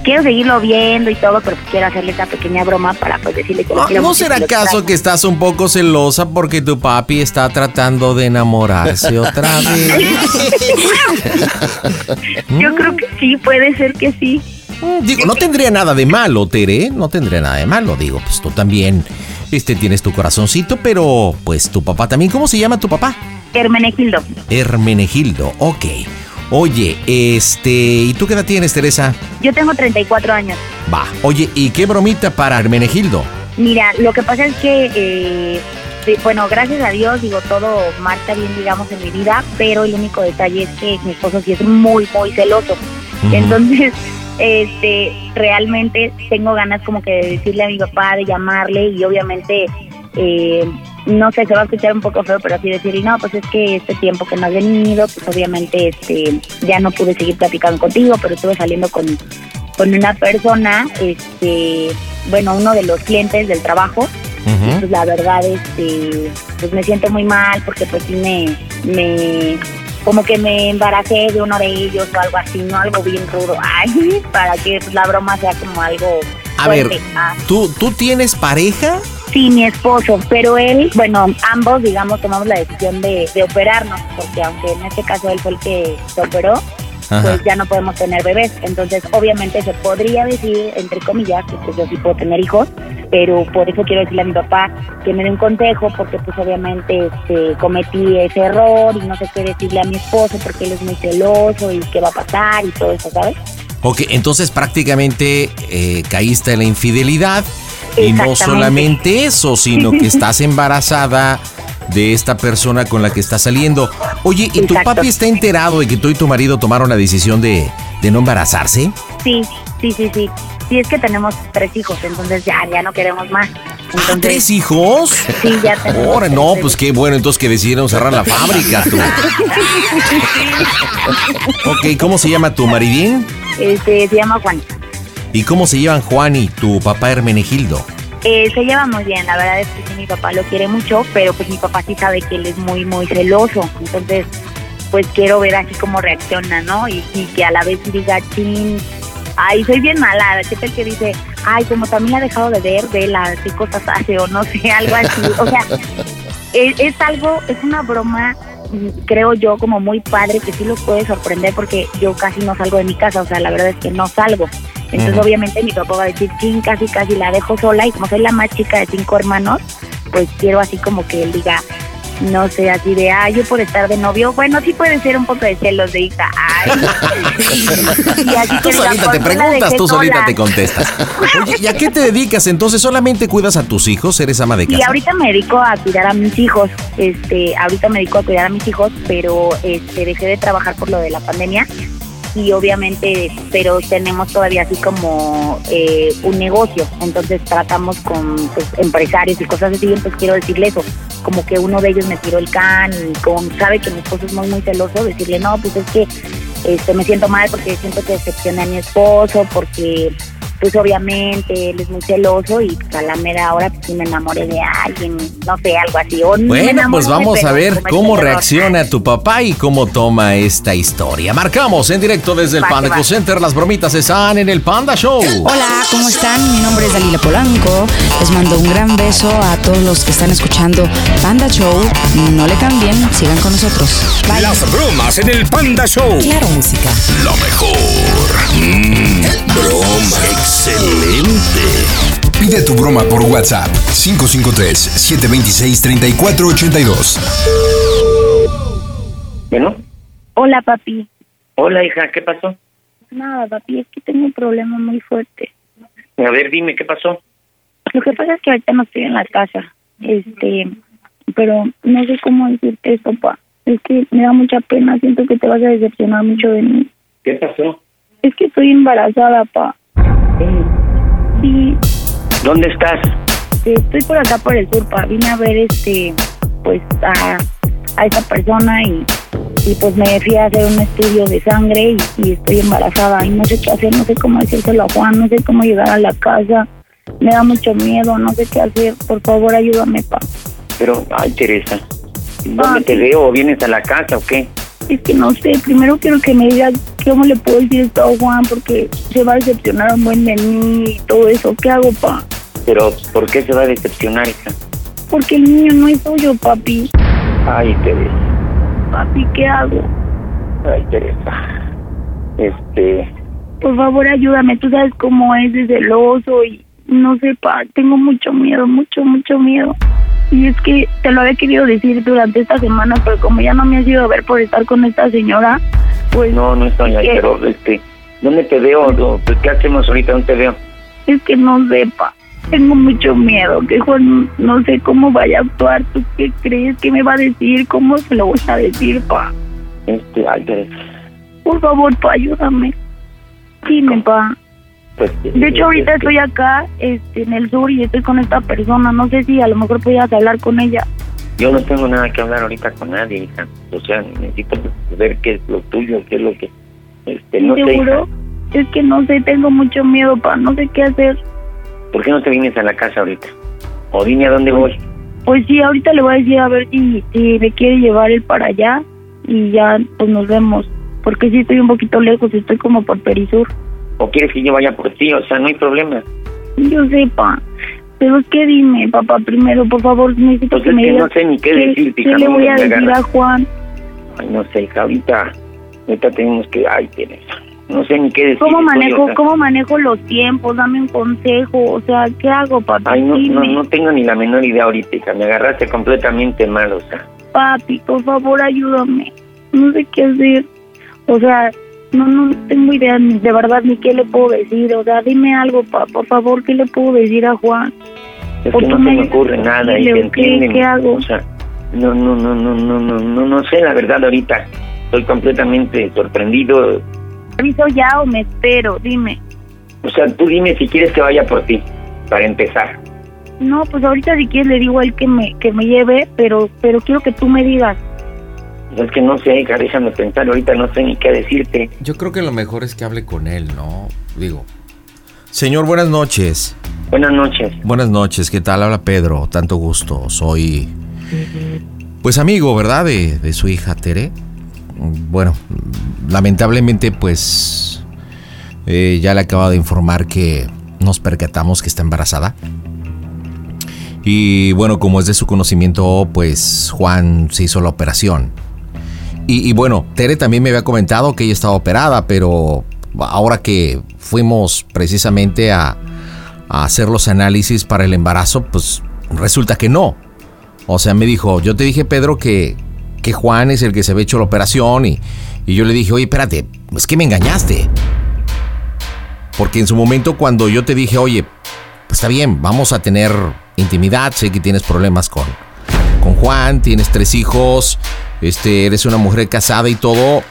K: quiero seguirlo viendo y todo, pero pues quiero hacerle esta pequeña broma para pues decirle que lo
B: No,
K: quiero
B: ¿no
K: mucho y
B: será
K: lo
B: caso
K: extraño.
B: que estás un poco celosa porque tu papi está tratando de enamorarse otra vez?
K: Yo creo que sí, puede ser que sí.
B: Mm, Digo, no tendría nada de malo, Tere, no tendría nada de malo. Digo, pues tú también, este, tienes tu corazoncito, pero pues tu papá también. ¿Cómo se llama tu papá?
K: Hermenegildo,
B: Hermenegildo, ok. Oye, este, ¿y tú qué edad tienes, Teresa?
K: yo tengo 34 años.
B: Va. Oye, ¿y qué bromita para Hermenegildo?
K: Mira, lo que pasa es que, eh, de- bueno, gracias a Dios, digo, todo marcha bien, digamos, en mi vida, pero el único detalle es que mi esposo sí es muy, muy celoso.
G: Ujú.
K: Entonces, este, realmente tengo ganas como que de decirle a mi papá, de llamarle y obviamente, eh, no sé, se va a escuchar un poco feo, pero así decirle, no, pues es que este tiempo que no has venido, pues obviamente, este, ya no pude seguir platicando contigo, pero estuve saliendo con con una persona, este, bueno, uno de los clientes del trabajo, y pues la verdad, este, pues me siento muy mal porque pues sí me, me, como que me embaracé de uno de ellos o algo así, no algo bien rudo, ay, para que pues, la broma sea como algo
B: A ver,
K: fuerte. Ah,
B: ¿tú, ¿tú tienes pareja?
K: Sí, mi esposo, pero él, bueno, ambos, digamos, tomamos la decisión de, de operarnos, porque aunque en este caso él fue el que se operó,
B: Ajá.
K: pues ya no podemos tener bebés. Entonces, obviamente se podría decir, entre comillas, que pues, yo sí puedo tener hijos, pero por eso quiero decirle a mi papá que me dé un consejo, porque pues obviamente este, cometí ese error y no sé qué decirle a mi esposo porque él es muy celoso y qué va a pasar y todo eso, ¿sabes?
B: Ok, entonces prácticamente eh, caíste en la infidelidad. Y no
K: Exactamente.
B: solamente eso, sino que estás embarazada de esta persona con la que estás saliendo. Oye, ¿y tu
K: Exacto.
B: papi está enterado de que tú y tu marido tomaron la decisión de, de no embarazarse?
K: Sí, sí, sí, sí. Sí, es que tenemos tres hijos, entonces ya, ya no queremos más. Entonces,
B: Ah, ¿Tres hijos?
K: Sí, ya tenemos
B: Ahora,
K: tres
B: no,
K: bebés.
B: pues qué bueno, entonces que decidieron cerrar la fábrica. Tú. Ok, ¿cómo se llama tu maridín?
K: Este, se llama Juan.
B: ¿Y cómo se llevan Juan y tu papá Hermenegildo?
K: Eh, se lleva muy bien, la verdad es que sí, mi papá lo quiere mucho, pero pues mi papá sí sabe que él es muy, muy celoso. Entonces, pues quiero ver así cómo reacciona, ¿no? Y, y que a la vez diga, chin, ay, soy bien malada. ¿Qué tal que dice, ay, como también ha dejado de ver, vela, qué cosas hace o no sé, algo así? O sea, es, es algo, es una broma, mm, creo yo, como muy padre, que sí los puede sorprender porque yo casi no salgo de mi casa, o sea, la verdad es que no salgo. Entonces,
L: Ujú.
K: obviamente, mi papá va a decir, sí, casi, casi la dejo sola, y como soy la más chica de cinco hermanos, pues quiero así como que él diga, no sé, así de, ah, yo por estar de novio, bueno, sí puede ser un poco de celos de hija, ay. Y así que
B: Tú
K: diga,
B: solita
K: "¿Por
B: te
K: qué la
B: preguntas,
K: dejé
B: tú solita
K: sola?".
B: te contestas. Oye, ¿y a qué te dedicas? Entonces, ¿solamente cuidas a tus hijos? ¿Eres ama de
K: Y
B: casa?
K: ahorita me dedico a cuidar a mis hijos. Este, ahorita me dedico a cuidar a mis hijos, pero este, dejé de trabajar por lo de la pandemia. Y obviamente, pero tenemos todavía así como eh, un negocio. Entonces tratamos con pues, empresarios y cosas así. Entonces quiero decirle eso. Como que uno de ellos me tiró el can y con, sabe que mi esposo es muy, muy celoso. Decirle, no, pues es que este, me siento mal porque siento que decepcioné a mi esposo, porque pues obviamente él es muy celoso y pues, a la mera hora pues, sí me enamoré de alguien, no sé, algo así. O ni me
B: Bueno,
K: enamoré,
B: pues vamos
K: pero
B: a ver
K: cometí
B: cómo
K: el error.
B: reacciona tu papá y cómo toma esta historia. Marcamos en directo desde el
H: Va, que
B: Panda
H: va.
B: Call Center. Las bromitas están en el Panda Show.
H: Hola, ¿cómo están? Mi nombre es Dalila Polanco. Les mando un gran beso a todos los que están escuchando Panda Show. No le cambien, sigan con nosotros. Bye.
F: Las bromas en el Panda Show.
H: Claro, música.
F: Lo mejor. Mm, broma. Excelente.
A: Pide tu broma por WhatsApp 553-726-3482.
M: Bueno,
K: Hola, papi.
M: hola hija, ¿qué pasó?
K: Nada, papi, es que tengo un problema muy fuerte.
M: A ver, dime, ¿qué pasó?
K: Lo que pasa es que ahorita no estoy en la casa, este, pero no sé cómo decirte esto, papá. Es que me da mucha pena, siento que te vas a decepcionar mucho de mí.
M: ¿Qué pasó?
K: Es que estoy embarazada, papá. Sí,
M: ¿Dónde estás?
K: este, estoy por acá por el sur, pa. Vine a ver este, pues a, a esta persona y, y pues me fui a hacer un estudio de sangre y, y estoy embarazada y no sé qué hacer, no sé cómo decírselo a Juan, no sé cómo llegar a la casa. Me da mucho miedo, no sé qué hacer. Por favor, ayúdame, pa.
M: Pero, ay, Teresa, ¿dónde te veo? ¿O vienes a la casa o qué?
K: Es que no sé, primero quiero que me diga cómo le puedo decir esto a Juan porque se va a decepcionar un buen de mí y todo eso. ¿Qué hago, pa?
M: Pero, ¿por qué se va a decepcionar, hija?
K: Porque el niño no es suyo, papi.
M: Ay, Teresa,
K: Papi, ¿qué hago?
M: ay, Teresa. Este,
K: Por favor, ayúdame. Tú sabes cómo es de celoso y no sé, pa. Tengo mucho miedo, mucho, mucho miedo. Y es que te lo había querido decir durante esta semana, pero como ya no me has ido a ver por estar con esta señora, pues
M: no, no estoy ahí,
K: ¿Qué?
M: pero, este, ¿dónde te veo? ¿O ¿Qué hacemos ahorita? ¿Dónde te veo?
K: es que no sé, pa. Tengo mucho miedo, que Juan no sé cómo vaya a actuar. ¿Tú qué crees? ¿Qué me va a decir? ¿Cómo se lo voy a decir, pa?
M: Este, ay, Teresa,
K: Por favor, pa, ayúdame. Dime, pa.
M: pues...
K: De hecho, ahorita estoy acá, este, en el sur, y estoy con esta persona. No sé si a lo mejor pudieras hablar con ella.
M: Yo no tengo nada que hablar ahorita con nadie, hija. O sea, necesito ver qué es lo tuyo, qué es lo que... Este, no sé,
K: ¿Seguro?
M: hija.
K: Es que no sé, tengo mucho miedo, pa. No sé qué hacer.
M: ¿Por qué no te vienes a la casa ahorita? ¿O dime a dónde voy?
K: Pues sí, ahorita le voy a decir a ver si, si me quiere llevar él para allá y ya, pues nos vemos. Porque sí estoy un poquito lejos, estoy como por Perisur.
M: ¿O quieres que yo vaya por ti? O sea, no hay problema.
K: Yo sé, pa. Pero es que dime, papá, primero, por favor, necesito
M: Pues
K: que
M: es
K: me
M: que
K: digas
M: no sé ni qué decirte,
K: ¿Qué
M: hija,
K: le
M: no
K: voy
M: me
K: a decir
M: agarras.
K: a Juan?
M: Ay, no sé, hija, ahorita Ahorita tenemos que, ay, tienes. No sé ni qué decir.
K: ¿Cómo manejo,
M: Oye, o sea,
K: ¿Cómo manejo los tiempos? Dame un consejo. O sea, ¿qué hago, papá?
M: Ay, no, no,
K: Dime.
M: no tengo ni la menor idea ahorita, hija. Me agarraste completamente mal, o sea.
K: Papi, por favor, ayúdame. No sé qué hacer. O sea, no, no tengo idea ni- de verdad ni qué le puedo decir. O sea, dime algo, pa, por favor, ¿qué le puedo decir a Juan?
M: Es
K: O
M: que
K: tú
M: no se me
K: ayudas
M: ocurre
K: a
M: nada,
K: decirle,
M: hija,
K: ¿o qué?
M: entiéndeme.
K: ¿Qué hago?
M: O sea, no, no, no, no, no, no, no, no sé la verdad ahorita. Estoy completamente sorprendido.
K: ¿Aviso ya o me espero? Dime.
M: O sea, tú dime si quieres que vaya por ti, para empezar.
K: No, pues ahorita si quieres le digo a él que me, que me lleve, pero, pero quiero que tú me digas.
M: Es que no sé, hija, déjame pensar, ahorita no sé ni qué decirte.
B: Yo creo que lo mejor es que hable con él, ¿no? Digo. Señor, buenas noches.
M: Buenas noches.
B: Buenas noches, ¿qué tal? Habla Pedro, tanto gusto. Soy, pues amigo, ¿verdad? De, de su hija Tere. Bueno, lamentablemente, pues, eh, ya le acabo de informar que nos percatamos que está embarazada. Y bueno, como es de su conocimiento, pues Juan se hizo la operación. Y, y bueno, Tere también me había comentado que ella estaba operada, pero ahora que fuimos precisamente a, a hacer los análisis para el embarazo, pues resulta que no. O sea, me dijo, yo te dije, Pedro, que, que Juan es el que se había hecho la operación y, y yo le dije, oye, espérate, es que me engañaste. Porque en su momento cuando yo te dije, oye, pues está bien, vamos a tener intimidad, sé que tienes problemas con, con Juan, tienes tres hijos, este, eres una mujer casada y todo.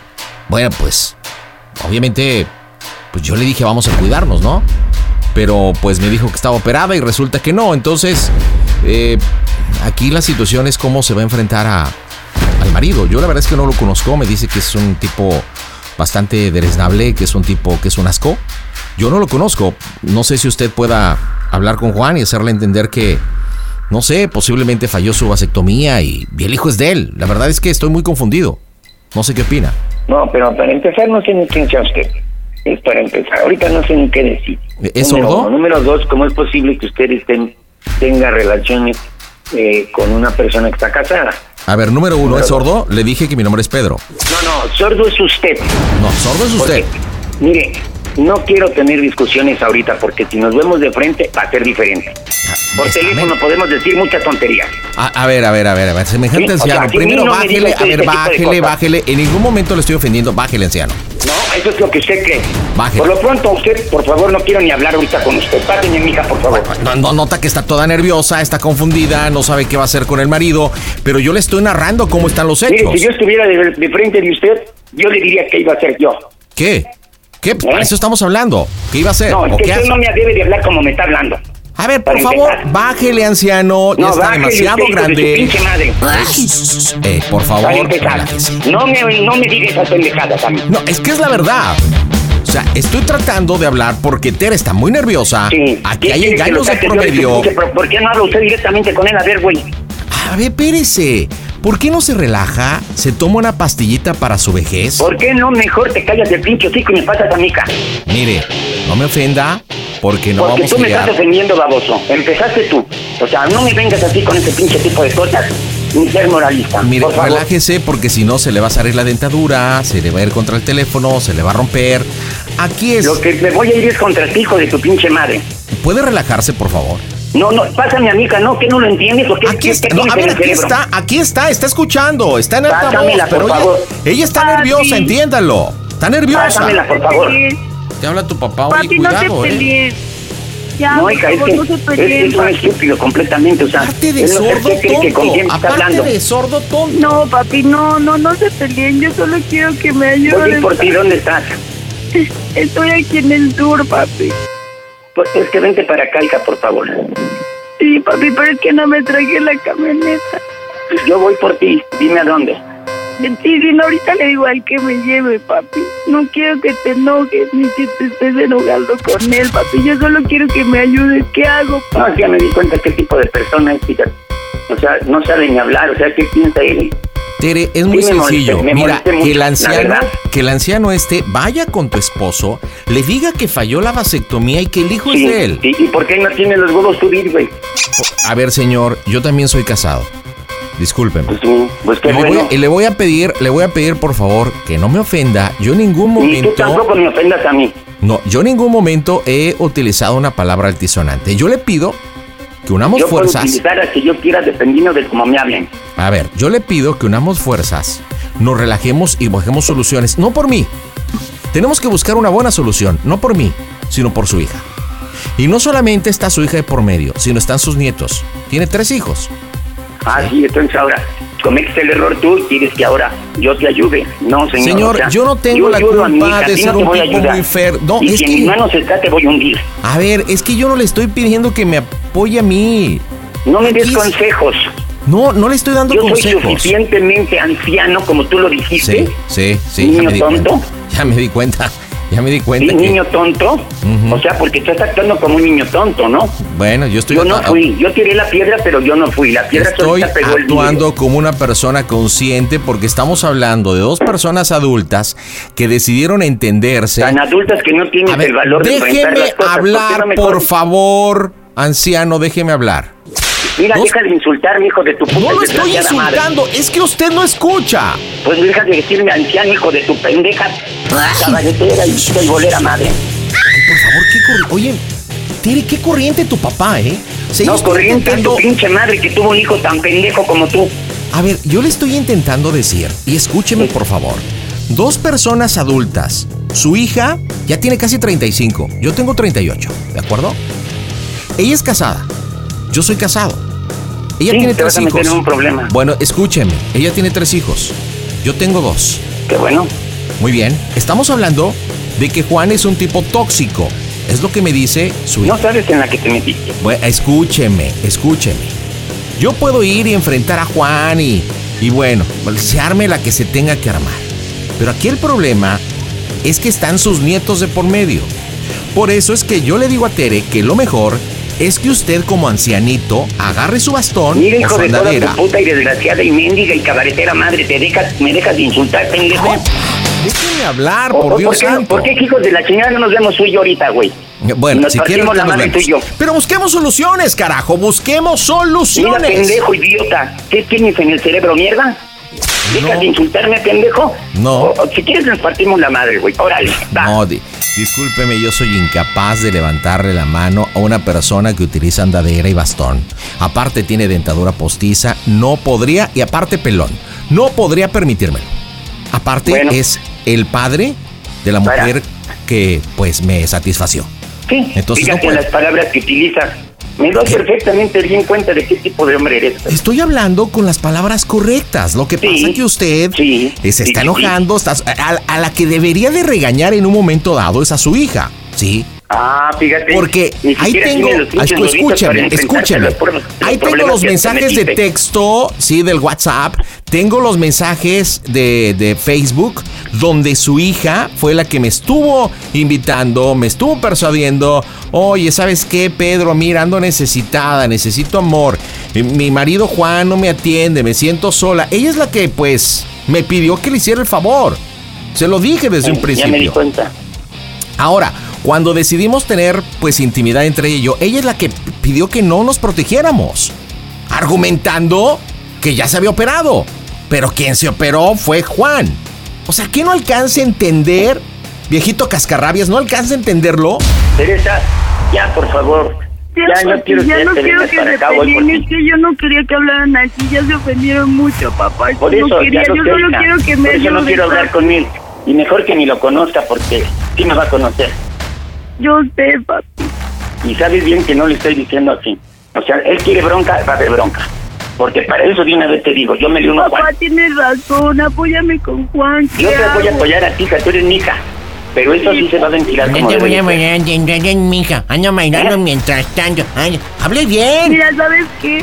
B: Bueno, pues, obviamente, pues yo le dije, vamos a cuidarnos, ¿no? Pero pues me dijo que estaba operada y resulta que no. Entonces, eh, aquí la situación es cómo se va a enfrentar a, al marido. Yo la verdad es que no lo conozco, me dice que es un tipo bastante dereznable, que es un tipo que es un asco. Yo no lo conozco. No sé si usted pueda hablar con Juan y hacerle entender que, no sé, posiblemente falló su vasectomía y, y el hijo es de él. La verdad es que estoy muy confundido. No sé qué opina.
M: No, pero para empezar no sé ni quién sea usted. Es para empezar. Ahorita no sé ni qué decir.
B: ¿E-, ¿Es
M: número,
B: sordo?
M: uno. Número dos, ¿cómo es posible que usted estén, tenga relaciones eh, con una persona que está casada?
B: A ver, número uno, ¿es sordo? Le dije que mi nombre es Pedro.
M: No, no, sordo es usted.
B: No, sordo es usted.
M: Mire, no quiero tener discusiones ahorita porque si nos vemos de frente va a ser diferente. Por
B: Este,
M: teléfono podemos decir muchas tonterías.
B: A, a ver, a ver, a ver, a ver, semejante
M: Sí, o sea,
B: anciano.
M: aquí
B: Primero
M: no me diga
B: bájele, a
M: usted
B: ver,
M: este tipo de
B: bájele,
M: cosas.
B: bájele. En ningún momento le estoy ofendiendo. Bájele, anciano.
M: No, eso es lo que usted cree.
B: Bájele.
M: Por lo pronto, usted, por favor, no quiero ni hablar ahorita con usted. Pásenme, mija, por favor.
B: No, no, nota que está toda nerviosa, está confundida, no sabe qué va a hacer con el marido, pero yo le estoy narrando cómo están los
M: Mire,
B: hechos.
M: si yo estuviera de, de frente de usted, yo le diría que iba a ser yo.
B: ¿Qué? ¿Qué? Para eso estamos hablando. ¿Qué iba a hacer?
M: ¿Eh? No,
B: ¿O
M: es que
B: qué
M: usted
B: hace?
M: no me debe de hablar como me está hablando.
B: A ver,
M: Para
B: por favor,
M: empezar.
B: bájele, anciano. ya
M: No,
B: está
M: bájele usted,
B: demasiado
M: hijo de su
B: grande.
M: pinche madre.
B: Eh, por
M: Para
B: favor.
M: empezar, no me, no me diga esas pendejadas a mí.
B: No, es que es la verdad. O sea, estoy tratando de hablar porque Ter está muy nerviosa. Ah, Aquí
M: ¿Qué quiere
B: hay
M: que
B: engaños
M: lo
B: de
M: saque yo
B: por
M: de su
B: medio.
M: pinche pro- ¿Por qué no habla usted directamente con él? A ver, güey.
B: A ver, espérese. ¿Por qué no se relaja? ¿Se toma una pastillita para su vejez?
M: ¿Por qué no mejor te callas del pinche hocico y me pasas a mica?
B: Mire, no me ofenda porque no
M: Porque
B: vamos a
M: tú me estás
B: pelear.
M: defendiendo, baboso. Empezaste tú. O sea, no me vengas así con ese pinche tipo de cosas. Ni ser moralista.
B: Mire,
M: por favor.
B: relájese porque si no se le va a salir la dentadura, se le va a ir contra el teléfono, se le va a romper. Aquí es.
M: Lo que me voy a ir es contra ti, hijo de tu pinche madre.
B: ¿Puede relajarse, por favor?
M: No, no, pásame a mica, no, que no lo entiendes. ¿O qué,
B: Aquí
M: qué-
B: está,
M: qué
B: no,
M: tienes
B: a
M: en
B: ver,
M: el
B: aquí
M: cerebro?
B: está, aquí está, está escuchando, está en altavoz,
M: Pásamela,
B: pero
M: por
B: ella,
M: favor.
B: ella está nerviosa, entiéndalo. Está nerviosa.
M: Pásamela, por favor.
B: Te habla tu papá, oye,
K: Papi, no
B: cuidado,
K: te
B: eh.
K: pelees. Ya,
M: No,
K: por
M: hija, es
K: favor,
M: que
K: no te
M: es,
K: pelees.
M: es un estúpido completamente, o sea,
K: Aparte de
M: él no sé
K: sordo
M: qué cree que con
K: tonto,
M: quién está
K: aparte
M: hablando.
K: de
B: sordo tonto.
K: No, papi, no, no, no se peleen. Yo solo quiero que me
M: Voy a ir
K: ayuden.
M: por ti, ¿dónde estás?
K: Estoy aquí en el sur, papi.
M: Pues es que vente para acá, hija, por favor.
K: Sí, papi, pero es que no me traje la camioneta.
M: Yo voy por ti, dime a dónde.
K: Sí, sí, no, ahorita le digo al que me lleve, papi. No quiero que te enojes ni que te estés enojando con él, papi. Yo solo quiero que me ayudes. ¿Qué hago,
M: No,
K: papi?
M: ya me di cuenta qué tipo de persona es, hija. O sea, no sabe ni hablar, o sea, ¿qué piensa él?
B: Tere, es
M: Sí,
B: muy
M: me molesté,
B: sencillo.
M: me
B: Mira,
M: molesté
B: que
M: mucho,
B: el
M: la
B: anciano,
M: verdad.
B: que el anciano este vaya con tu esposo, le diga que falló la vasectomía y que el hijo
M: Sí,
B: es de Pues él.
M: Pues, ¿Y, y por qué no tiene los huevos subir, güey?
B: A ver, señor, yo también soy casado.
L: Discúlpeme.
M: Pues qué
B: le,
M: bueno.
B: voy, y le voy a pedir, le voy a pedir por favor que no me ofenda. Yo en ningún
M: Ni tú
B: momento.
M: tampoco me ofendas a mí.
B: No, yo en ningún momento he utilizado una palabra altisonante. Yo le pido que unamos
M: Yo puedo
B: fuerzas.
M: utilizar a que yo quiera dependiendo de cómo me hablen.
B: A ver, yo le pido que unamos fuerzas, nos relajemos y busquemos soluciones. No por mí. Tenemos que buscar una buena solución, no por mí, sino por su hija. Y no solamente está su hija de por medio, sino están sus nietos. Tiene tres hijos.
M: Ah, sí, entonces ahora cometiste el error tú y quieres que ahora yo te ayude. No, señor.
B: Señor,
M: o sea,
B: yo no tengo la
M: ayudo a mi
B: culpa
M: hija, a
B: de
M: ti
B: ser
M: no te
B: un
M: voy a
B: tipo
M: ayudar.
B: muy fer- no,
M: y
B: es
M: si en
B: que-
M: mis manos está, te voy a hundir.
B: A ver, es que yo no le estoy pidiendo que me apoye a mí.
M: No me des
B: Aquí es-
M: consejos.
B: No, no le estoy dando
M: Yo
B: consejos.
M: soy suficientemente anciano, como tú lo dijiste.
B: Sí, sí, sí. ya
M: Niño
B: me di
M: tonto.
B: cuenta. Ya me di cuenta. Ya me di
M: Sí,
B: cuenta. que-
M: niño tonto.
B: Ujú.
M: O sea, porque tú estás actuando como un niño tonto, ¿no?
B: Bueno, yo estoy
M: Yo no fui. Yo tiré la piedra, pero yo no fui. La piedra
B: Estoy
M: solita pegó el vidrio.
B: actuando como una persona consciente porque estamos hablando de dos personas adultas que decidieron entenderse. Tan
M: adultas que no tienen el valor de enfrentar
B: Déjeme
M: las cosas. ¿Por qué
B: hablar,
M: no me
B: por
M: corres?
B: favor, anciano, déjeme hablar.
M: Mira, deja de insultarme, hijo de tu puta
B: No lo estoy
M: Pues desgraciada madre.
B: insultando, es que usted no escucha.
M: Pues deja de decirme anciano, hijo de tu pendeja. Cabaretera y y bolera madre.
B: Qué corri- Oye, tiene qué corriente tu papá, ¿eh? Se
M: No,
B: yo estoy
M: corriente a tu
B: intentando-
M: pinche madre que tuvo un hijo tan pendejo como tú.
B: A ver, yo le estoy intentando decir, y escúcheme por favor, dos personas adultas, su hija ya tiene casi 35, yo tengo 38, ¿de acuerdo? Ella es casada, yo soy casado. Ella
M: Sí,
B: tiene
M: te vas
B: tres
M: a meter
B: hijos.
M: en un problema.
B: Bueno, escúcheme, ella tiene tres hijos, yo tengo dos.
M: Qué bueno.
B: Muy bien, estamos hablando de que Juan es un tipo tóxico, es lo que me dice su hija.
M: No sabes en la que te metiste.
B: Bueno, escúcheme, escúcheme. Yo puedo ir y enfrentar a Juan y, y bueno, se arme la que se tenga que armar. Pero aquí el problema es que están sus nietos de por medio. Por eso es que yo le digo a Tere que lo mejor es que usted como ancianito agarre su bastón
M: Mira,
B: o
M: hijo
B: su
M: de toda tu
B: andadera.
M: puta y desgraciada y mendiga y cabaretera madre, te dejas, me dejas de insultar, pendejo.
B: Déjenme hablar,
M: O-
B: por
M: o
B: Dios
M: ¿por qué,
B: santo.
M: ¿Por qué, hijos de la chingada, no nos vemos tú y yo ahorita, güey?
B: Bueno,
M: Nos
B: si quieren
M: partimos la
B: nos
M: madre tú
B: vemos.
M: y yo.
B: Pero busquemos soluciones, carajo, busquemos
M: Mira,
B: soluciones.
M: pendejo, idiota. ¿Qué tienes en el cerebro, mierda? ¿Dejas de insultarme, pendejo?
B: No.
M: O- o si quieres, nos partimos la madre, güey. Órale.
B: No, di- discúlpeme, yo soy incapaz de levantarle la mano a una persona que utiliza andadera y bastón. Aparte tiene dentadura postiza, no podría, y aparte pelón, no podría permitírmelo. Aparte es el padre de la mujer que pues me satisfació.
M: Sí,
B: Entonces no
M: fíjate en
B: puede.
M: las palabras que utilizas. Me doy perfectamente bien cuenta de qué tipo de hombre eres.
B: Estoy hablando con las palabras correctas. Lo que pasa es que usted eh, se
M: sí,
B: está
M: sí,
B: enojando. está- a- a la que debería de regañar en un momento dado es a su hija. Sí,
M: Ah, fíjate.
B: Porque
M: Ni
B: ahí
M: siquiera
B: tengo,
M: tienes los pinches
B: escú-
M: huevitos para
B: escúchame,
M: enfrentarte
B: escúchame.
M: a los problemas- los
B: Ahí tengo
M: problemas
B: los
M: que te
B: mensajes de
M: metiste.
B: texto, sí, del WhatsApp. Tengo los mensajes de, de Facebook, donde su hija fue la que me estuvo invitando, me estuvo persuadiendo. Oye, ¿sabes qué, Pedro? Mira, ando necesitada, necesito amor. Mi- Mi marido Juan no me atiende, me siento sola. Ella es la que, pues, me pidió que le hiciera el favor. Se lo dije desde un
M: Ya me di
B: principio.
M: cuenta.
B: Ahora, cuando decidimos tener pues intimidad entre ella y yo, ella es la que p- pidió que no nos protegiéramos, argumentando que ya se había operado. Pero quien se operó fue Juan. O sea, ¿qué no alcanza a entender? Viejito cascarrabias, ¿no alcanza a entenderlo?
M: Teresa, ya, por favor. Ya no quiero
G: ya
M: que
G: no
M: te
G: quiero
M: vengas
G: que
M: para
G: se
M: acá hoy
G: peleen,
M: porque
G: es que yo no quería que hablaran así, ya se ofendieron mucho, papá.
M: Por
G: yo
M: eso,
G: no quería,
M: ya lo
G: yo
M: sé,
G: solo
M: hija.
G: quiero que
M: Por
G: me
M: eso no
G: ayudes.
M: quiero hablar con él. Y mejor que ni lo conozca porque sí me va a conocer.
G: Yo sé, papi.
M: Y sabes bien que no le estoy diciendo así. O sea, él quiere bronca, va a haber bronca. Porque para eso de una vez te digo, yo me di uno a Juan.
G: Papá, tienes razón, apóyame con Juan. ¿qué
M: Yo te voy a
G: hago?
M: apoyar a ti, hija, tú eres mi hija. Pero eso sí se va a ventilar como debe de ser.
B: mija. Ando bailando mientras tanto. Hable bien.
G: ¿Eh? Mira, ¿sabes qué?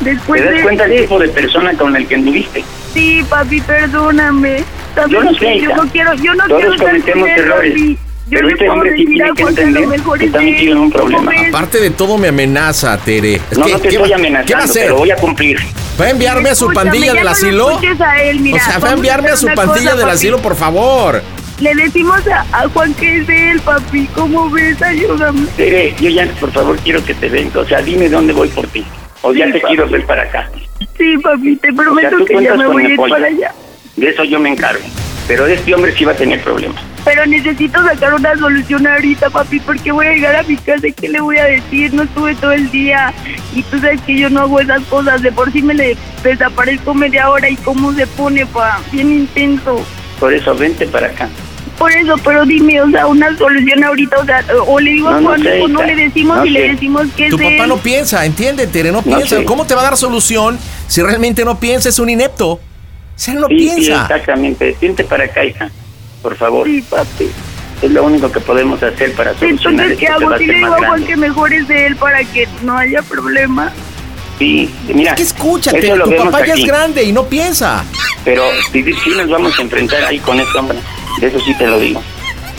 G: Después
M: ¿Te das
G: de...
M: cuenta del tipo de persona con el que anduviste?
G: Sí, papi, perdóname. ¿Sabes
M: Yo no sé,
G: qué? yo
M: hija.
G: no quiero, yo no
M: Todos
G: quiero estar
M: cometemos
G: con él,
M: errores.
G: papi. Yo
M: Pero
G: no
M: este
G: puedo
M: hombre sí
G: decir a
M: tiene que
G: Juan que lo
M: entender
G: mejor
M: que
G: es
M: también
G: él.
M: tiene un
G: ¿Cómo
M: problema.
G: ves?
B: Aparte de todo me amenaza, Tere. Es
M: No,
B: que,
M: no te
B: ¿qué va-
M: estoy
B: ¿Qué va a
M: amenazando,
B: hacer?
M: pero voy a cumplir.
B: ¿Va a enviarme a su
G: Escúchame,
B: pandilla
G: ya
B: del
G: no lo
B: asilo?
G: escuches a él, mira.
B: o sea, va a
G: Vamos
B: enviarme a su
G: hacer una
B: pandilla
G: cosa,
B: del
G: papi.
B: asilo, por favor.
G: Le decimos a, a Juan que es de él, papi. ¿Cómo ves? Ayúdame.
M: Tere, yo ya, por favor, quiero que te vengas. O sea, dime dónde voy por ti. O ya te quiero ver para acá.
G: Sí, papi, te prometo
M: tú
G: que ya
M: cuentas
G: me
M: con
G: voy a
M: mi
G: ir
M: apoyo.
G: para allá.
M: De eso yo me encargo. Pero de este hombre sí va a tener problemas.
G: Pero necesito sacar una solución ahorita, papi, porque voy a llegar a mi casa y qué le voy a decir. No estuve todo el día y tú sabes que yo no hago esas cosas. De por sí me le desaparezco media hora y cómo se pone, pa. Bien intenso.
M: Por eso vente para acá.
G: Por eso, pero dime, o sea, una solución ahorita, o sea, o le digo
M: No,
G: a
M: no
G: Juan
M: sé,
G: o no
M: hija.
G: le decimos
B: No
G: y
B: sé.
G: le decimos que
B: Tu
M: Este
G: es
B: papá
G: él.
B: no piensa, entiende, Tere, no
M: No
B: piensa.
M: sé.
B: ¿Cómo te va a dar solución si realmente no piensa? Es un inepto. O sea, él no
M: Sí, sí,
B: piensa.
M: exactamente. Vente para acá, hija. Por favor.
G: Sí, papi.
M: Es lo único que podemos hacer para solucionar
G: Entonces, ¿qué
M: esto que va
G: hago?
M: a
G: Si
M: ser
G: le digo
M: más
G: a Juan
M: grande.
G: que mejor es de él para que no haya problema.
M: Sí, mira.
G: Es que escúchate,
M: eso lo
B: Tu
M: vemos
B: papá ya
M: aquí.
B: es grande y no piensa.
M: Pero sí, sí, sí nos vamos a enfrentar ahí con este hombre. De eso sí te lo digo.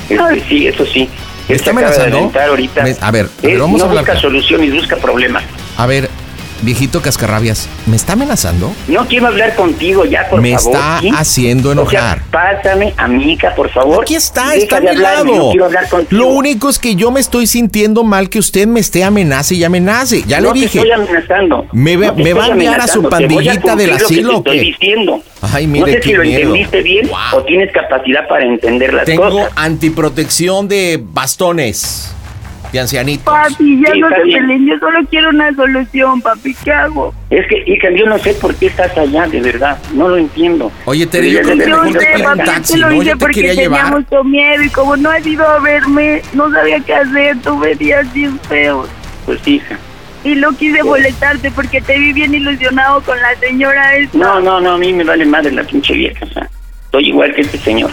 M: Este, sí, eso sí.
B: ¿Me
M: Él
B: está
M: se acaba de
B: amenazando?
M: aventar ahorita.
B: Me- a ver, a
M: Él
B: ver, vamos
M: no
B: a hablar.
M: busca soluciones, busca problemas.
B: A ver, viejito cascarrabias, ¿me está amenazando?
M: No quiero hablar contigo ya, por
B: Me
M: favor.
B: está
M: ¿sí?
B: haciendo
M: O sea,
B: enojar.
M: pásame a mi hija, por favor.
B: Aquí está,
M: Deja
B: está a
M: de
B: mi
M: hablarme,
B: lado.
M: No quiero hablar contigo.
B: Lo único es que yo me estoy sintiendo mal que usted me esté amenace y amenace. Ya
M: No
B: le
M: te
B: dije.
M: estoy amenazando.
B: Me, ve-
M: No te
B: me va a
M: estoy
B: enviar a su
M: amenazando, te voy a
B: pandillita
M: cumplir
B: del
M: lo que te
B: asilo. ¿o
M: estoy
B: qué?
M: diciendo.
B: Ay,
M: no
B: mire
M: sé si
B: qué
M: lo
B: miedo.
M: entendiste bien o tienes capacidad para entender las
B: Tengo
M: cosas.
B: antiprotección de bastones de ancianito.
G: Papi, ya
M: Sí,
G: no
M: está
G: se
M: bien.
G: peleen, yo solo quiero una solución, papi, ¿qué hago?
M: Es que, hija, yo no sé por qué estás allá, de verdad. No lo entiendo.
B: Oye, Tere, yo
M: Deberías
B: creo que
M: de tener
B: mejor te pido un
M: cuenta.
G: Te
B: taxi,
G: lo
B: ¿no?
G: hice
B: Yo te
G: porque
B: quería llevar.
G: teníamos con miedo y como no has ido a verme, no sabía qué hacer, tuve días bien feos.
M: Pues, hija.
G: Y no quise molestarte porque te vi bien ilusionado con la señora esta.
M: No, no, no, a mí me vale madre la pinche vieja. o sea, Soy igual que este señor.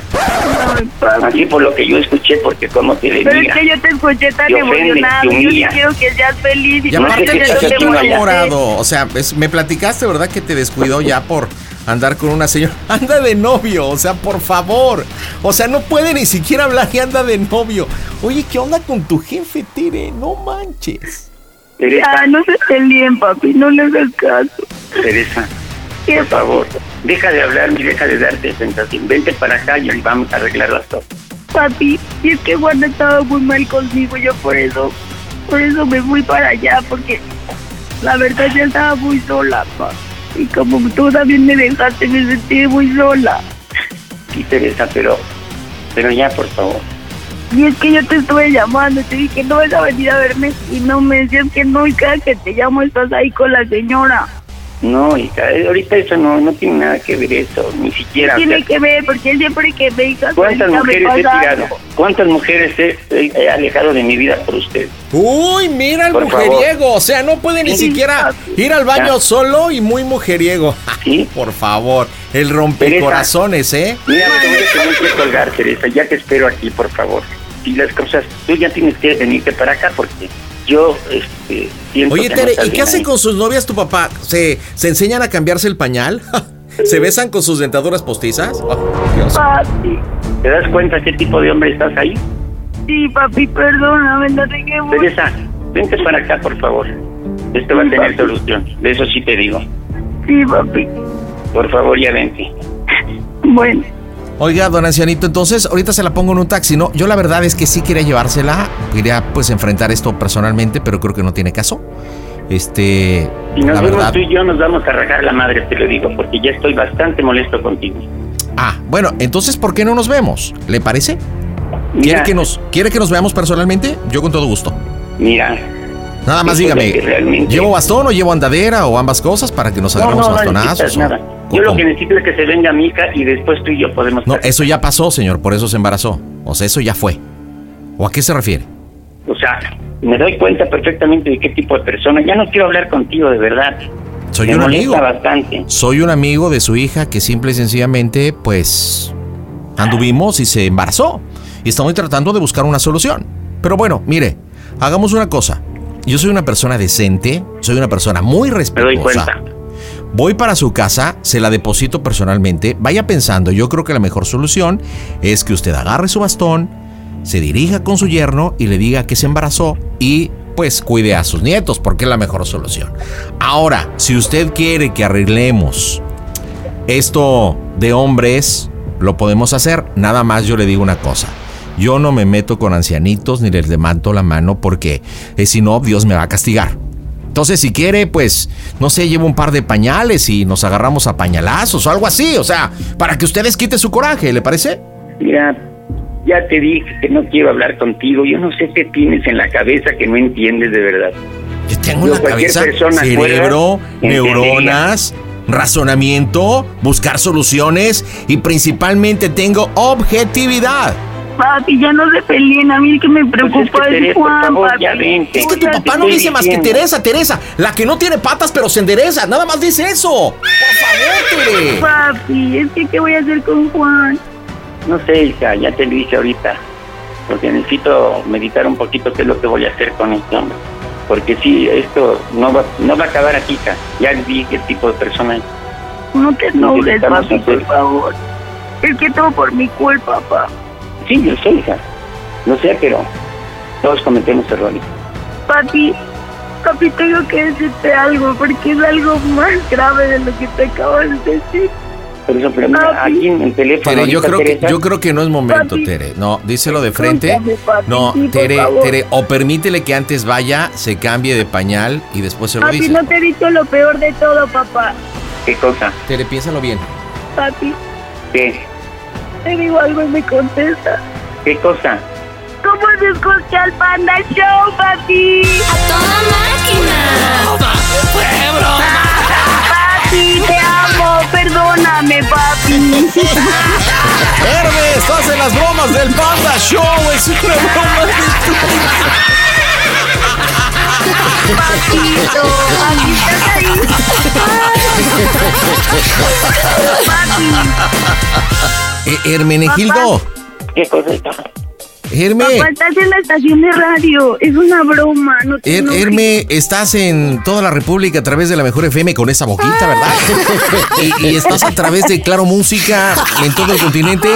M: Así por lo que yo escuché, porque como te le
G: Pero
M: diga.
G: es que yo te escuché tan
M: Te ofende,
G: emocionado.
M: te
G: Yo sí
M: humilla.
G: quiero que seas feliz.
B: Y
G: no
B: aparte
G: sé
B: que
G: qué
B: estás
G: te
B: tú
G: moleste.
B: enamorado. O sea, es- me platicaste, ¿verdad? Que te descuidó ya por andar con una señora. Anda de novio, o sea, por favor. O sea, no puede ni siquiera hablar y anda de novio. Oye, ¿qué onda con tu jefe, Tere? No manches.
G: Ya, no se peleen, papi, no le hagas caso.
M: Teresa, por favor, deja de hablar y deja de darte sensación. Vente para acá y ahí vamos a arreglar las cosas.
G: Papi, y es que Juan ha estado muy mal conmigo, yo por eso, por eso me fui para allá, porque la verdad ya estaba muy sola, pa. Y como tú también me dejaste, me sentí muy sola.
M: Sí, Teresa, pero, pero ya, por favor.
G: Y es que yo te estuve llamando, te dije, no vas a venir a verme, y no me decías que no, y cada que te llamo estás ahí con la señora.
M: No, hija, eh, ahorita eso no, no tiene nada que ver eso, ni siquiera. o sea,
G: Tiene que ver, porque él siempre que me digas,
M: ¿Cuántas
G: "Ahorita me
M: mujeres he
G: pasa
M: tirado?
G: algo".
M: ¿Cuántas mujeres he, he- he alejado de mi vida por usted?
B: Uy, mira el
M: Por favor.
B: mujeriego. O sea, no puede ni
M: Sí.
B: siquiera ir al baño
M: Ya.
B: solo y muy mujeriego. Por favor, el rompecorazones, ¿eh?
M: Mira, me voy a tener que colgar, Teresa. Ya te espero aquí, por favor. Y las cosas, tú ya tienes que venirte para acá porque yo este, siento
B: Oye,
M: que no
B: Tere,
M: estás
B: ¿y qué
M: bien
B: hacen
M: ahí.
B: con sus novias tu papá? ¿Se, se enseñan a cambiarse el pañal? ¿Se besan con sus dentaduras postizas? Oh, Dios.
G: Papi,
M: ¿Te das cuenta qué tipo de hombre estás ahí?
G: sí, papi, perdóname, no te quemo.
M: Teresa, vente para acá, por favor. Esto va a tener solución. De eso sí te digo.
G: Sí, papi,
M: Por favor, ya vente.
G: bueno.
B: Oiga, don Ancianito, entonces ahorita se la pongo en un taxi, ¿no? Yo la verdad es que sí quería llevársela, quería pues enfrentar esto personalmente, pero creo que no tiene caso. Este,
M: Si nos
B: la
M: vemos
B: verdad.
M: tú y yo, nos vamos a rajar la madre, te lo digo, porque ya estoy bastante molesto contigo.
B: Ah, bueno, entonces ¿por qué no nos vemos? ¿Le parece? ¿Quiere
M: Mira.
B: que nos, quiere que nos veamos personalmente? Yo con todo gusto.
M: Mira,
B: Nada más
M: Eso es lo
B: dígame,
M: que realmente-
B: ¿llevo bastón o llevo andadera o ambas cosas para que nos
M: no, no,
B: agarremos a
M: no
B: bastonazos?
M: necesitas
B: o-
M: nada. Yo lo que necesito es que se venga mi hija y después tú y yo podemos...
B: No, eso ya pasó, señor, por eso se embarazó. O sea, eso ya fue. ¿O a qué se refiere?
M: O sea, me doy cuenta perfectamente de qué tipo de persona. Ya no quiero hablar contigo, de verdad.
B: Soy
M: me
B: un
M: molesta
B: amigo.
M: bastante.
B: Soy un amigo de su hija que simple y sencillamente, pues, anduvimos y se embarazó. Y estamos tratando de buscar una solución. Pero bueno, mire, hagamos una cosa. Yo soy una persona decente, soy una persona muy
M: Me
B: respetuosa.
M: doy cuenta.
B: Voy para su casa, se la deposito personalmente. Vaya pensando, yo creo que la mejor solución es que usted agarre su bastón, se dirija con su yerno y le diga que se embarazó y pues cuide a sus nietos, porque es la mejor solución. Ahora, si usted quiere que arreglemos esto de hombres, lo podemos hacer. Nada más yo le digo una cosa. Yo no me meto con ancianitos ni les levanto la mano porque eh, si no, Dios me va a castigar. Entonces, si quiere, pues, no sé, llevo un par de pañales y nos agarramos a pañalazos o algo así. O sea, para que ustedes quiten su coraje, ¿le parece?
M: Mira, ya te dije que no quiero hablar contigo. Yo no sé qué tienes en la cabeza que no entiendes de verdad.
B: Yo tengo
M: Yo,
B: una
M: cualquier
B: cabeza,
M: persona fuera,
B: cerebro,
M: entendería.
B: neuronas, razonamiento, buscar soluciones y principalmente tengo objetividad.
G: Papi, ya no se peleen, a mí el que
B: Pues
G: me preocupa es,
B: Teresa, por
G: Juan,
B: favor,
G: papi.
B: ya vente. Es que tu papá no dice más que Teresa, Teresa, la que no tiene patas pero se endereza, nada más dice eso. Por favor, Tere.
G: Papi, es que ¿qué voy a hacer con Juan?
M: No sé, hija, ya te lo dije ahorita. Porque necesito meditar un poquito qué es lo que voy a hacer con este hombre. Porque sí, esto no va, no va a acabar aquí, hija. Ya vi qué tipo de persona es.
G: No te enojes,
M: Necesitamos
G: papi,
M: hacer-
G: por favor. Es que todo por mi culpa, papá.
M: Sí, yo sé, hija. No sé, pero todos cometemos errores.
G: Papi, papi, tengo que decirte algo, porque es algo más grave de lo que te acabo de decir.
M: Por eso, pero mira, aquí en el teléfono.
B: Tere, yo
M: ahorita,
B: creo que
M: Teresa,
B: yo creo que no es momento,
M: Papi.
B: Tere. No, díselo de frente.
M: Escúchame, papi,
B: No,
M: sí, por
B: Tere,
M: favor.
B: Tere, o permítele que antes vaya, se cambie de pañal y después se lo
G: Papi,
B: dice.
G: no te he dicho lo peor de todo, papá.
M: ¿Qué cosa?
B: Tere, piénsalo bien.
G: Papi,
M: ¿Qué?
G: te digo algo y me contesta.
M: ¿Qué cosa?
G: ¿Cómo se escucha el Panda Show, papi? A toda máquina. Papi, te amo, perdóname, papi.
B: Hermes, hace las bromas del Panda Show, es una broma
G: Papito, papi, ¿estás ahí?
B: Eh, Hermenegildo.
M: ¿Qué cosa está?
B: Herme,
G: Papá, estás en la estación de radio. Es una broma, no te
B: Her-
G: enojes.
B: Er, Herme, estás en toda la República a través de la Mejor FM con esa boquita, ¿verdad? y, y estás a través de Claro Música en todo el continente.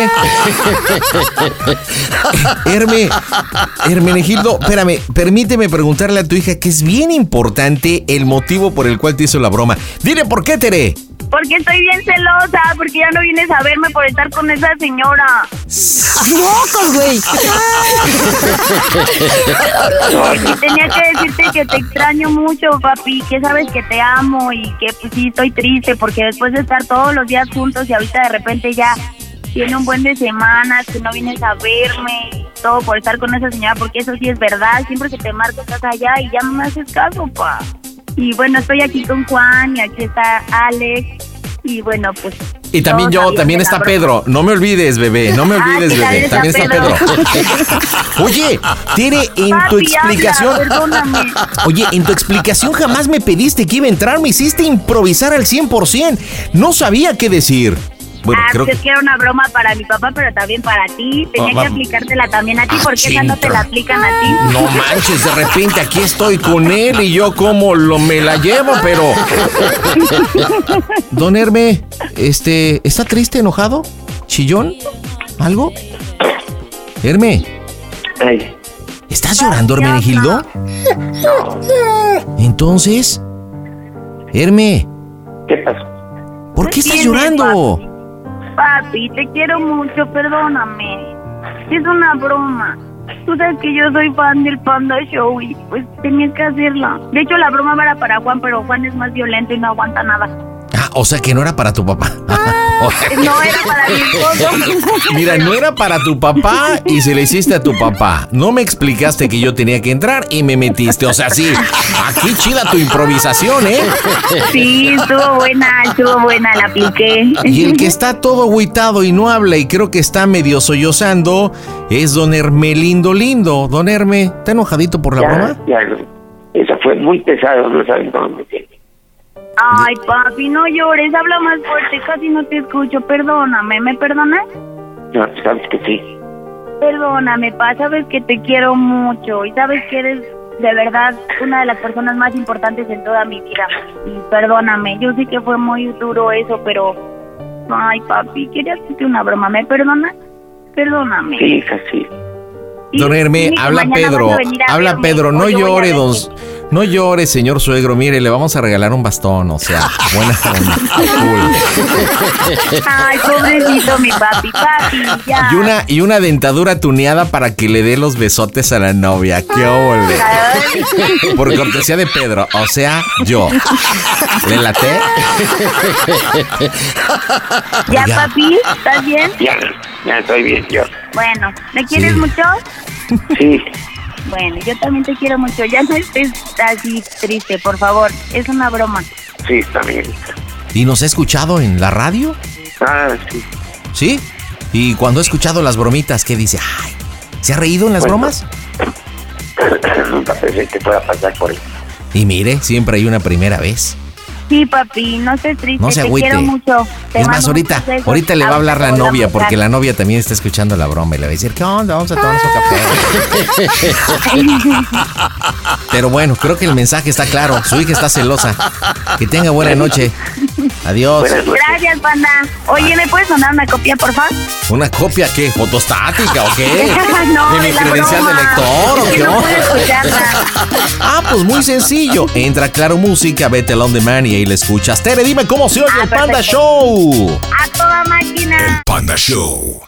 B: Herme, Hermenegildo, espérame, permíteme preguntarle a tu hija que es bien importante el motivo por el cual te hizo la broma. Dile por qué, Tere.
G: Porque estoy bien celosa, porque ya no vienes a verme por estar con esa señora.
D: ¡Locos, güey!
G: Y tenía que decirte que te extraño mucho, papi, que sabes que te amo y que pues, sí estoy triste porque después de estar todos los días juntos y ahorita de repente ya tiene un buen de semanas que no vienes a verme y todo por estar con esa señora porque eso sí es verdad, siempre que te marco estás allá y ya no me haces caso, pa. Y bueno, estoy aquí con Juan y aquí está Alex y bueno, pues...
B: Y también yo,
G: todos sabían de
B: también
G: la
B: está
G: broma.
B: Pedro. No me olvides, bebé. No me
G: Ah,
B: olvides,
G: sí,
B: bebé. También está Pedro. Oye, Tere, en tu
G: Papi, habla,
B: explicación.
G: perdóname.
B: Oye, en tu explicación jamás me pediste que iba a entrar, me hiciste improvisar al 100%. No sabía qué decir. Bueno,
G: ah,
B: creo
G: pues
B: que.
G: es que era una broma para mi papá, pero también para ti. Tenía
B: Ah,
G: que
B: va- Ah,
G: aplicártela también a ti, porque esa no te la aplican a ti.
B: No manches, de repente aquí estoy con él y yo como lo me la llevo, pero. Don Herme, este, ¿está triste, enojado? ¿Chillón? ¿Algo? Herme,
M: Ay,
B: ¿estás llorando, Hermenegildo? Entonces, Herme,
M: ¿qué pasó?
B: ¿por qué estás
G: Tiene
B: llorando?
G: Papi, te quiero mucho, perdóname. Es una broma. Tú sabes que yo soy fan del Panda Show y pues tenías que hacerla. De hecho, la broma era para Juan, pero Juan es más violento y no aguanta nada.
B: Ah, o sea que no era para tu papá.
G: No era para mi esposo.
B: Mira, no era para tu papá y se le hiciste a tu papá. No me explicaste que yo tenía que entrar y me metiste. O sea, sí, aquí chida tu improvisación, ¿eh?
G: Sí, estuvo buena, estuvo buena, la apliqué.
B: Y el que está todo agüitado y no habla y creo que está medio sollozando es don Hermelindo Lindo. Don Herme, ¿está enojadito por la broma?
M: Ya, ya, eso fue muy pesado, no saben cómo me siento.
G: Ay, papi, no llores, habla más fuerte, casi no te escucho, perdóname, ¿me perdonas?
M: No, sabes que sí.
G: Perdóname, pa, sabes que te quiero mucho y sabes que eres de verdad una de las personas más importantes en toda mi vida. Y perdóname, yo sé que fue muy duro eso, pero... Ay, papi, quería hacerte una broma, ¿me perdonas? Perdóname.
M: Sí, hija, sí.
G: Y
B: Don Herme,
G: dime que
B: habla
G: mañana
B: Pedro,
G: vas a venir a
B: habla
G: verme,
B: Pedro,
G: o
B: no
G: yo voy a
B: llore,
G: verte.
B: don, No llores, señor suegro. Mire, le vamos a regalar un bastón. O sea, buena onda. Cool.
H: Ay, pobrecito mi papi, papi, ya.
B: Y una, y una dentadura tuneada para que le dé los besotes a la novia. ¡Qué ole! Por cortesía de Pedro, o sea, yo. ¿Le late?
H: ¿Ya,
B: Oiga.
H: papi? ¿Estás bien?
D: Ya, ya estoy bien, yo.
H: Bueno, ¿me quieres mucho?
D: Sí,
H: Bueno, yo también te quiero mucho. Ya no estés así triste, por favor. Es una broma.
D: sí, está bien.
B: ¿Y nos ha escuchado en la radio?
D: Ah, sí.
B: ¿Sí? Y cuando ha escuchado las bromitas, ¿qué dice? Ay, ¿se ha reído en las
D: Bueno.
B: bromas?
D: Nunca pensé que pueda pasar por eso.
B: Y mire, siempre hay una primera vez.
H: Sí, papi, no estés triste.
B: No se
H: te
B: agüite.
H: quiero mucho. Te
B: es más,
H: mando
B: ahorita,
H: muchos besos.
B: ahorita le va a hablar la
H: Ahorita te voy a
B: novia, porque
H: marcar.
B: la novia también está escuchando la broma y le va a decir, ¿qué onda? Vamos a tomarnos un café. Pero bueno, creo que el mensaje está claro. Su hija está celosa. Que tenga buena noche. Adiós.
H: Gracias, banda. Oye, ¿me puedes mandar una copia, por favor?
B: ¿Una copia qué? ¿Fotostática o qué?
H: No,
B: ¿De
H: de
B: mi
H: la
B: credencial de
H: broma.
B: lector o
H: Es que
B: qué?
H: no puedo escucharla.
B: Ah, pues muy sencillo. Entra a Claro Música, vete al On Demand y ahí la
H: Ah,
B: escuchas. Tere, dime cómo se oye el Panda Show.
H: A toda máquina.
N: Panda Show.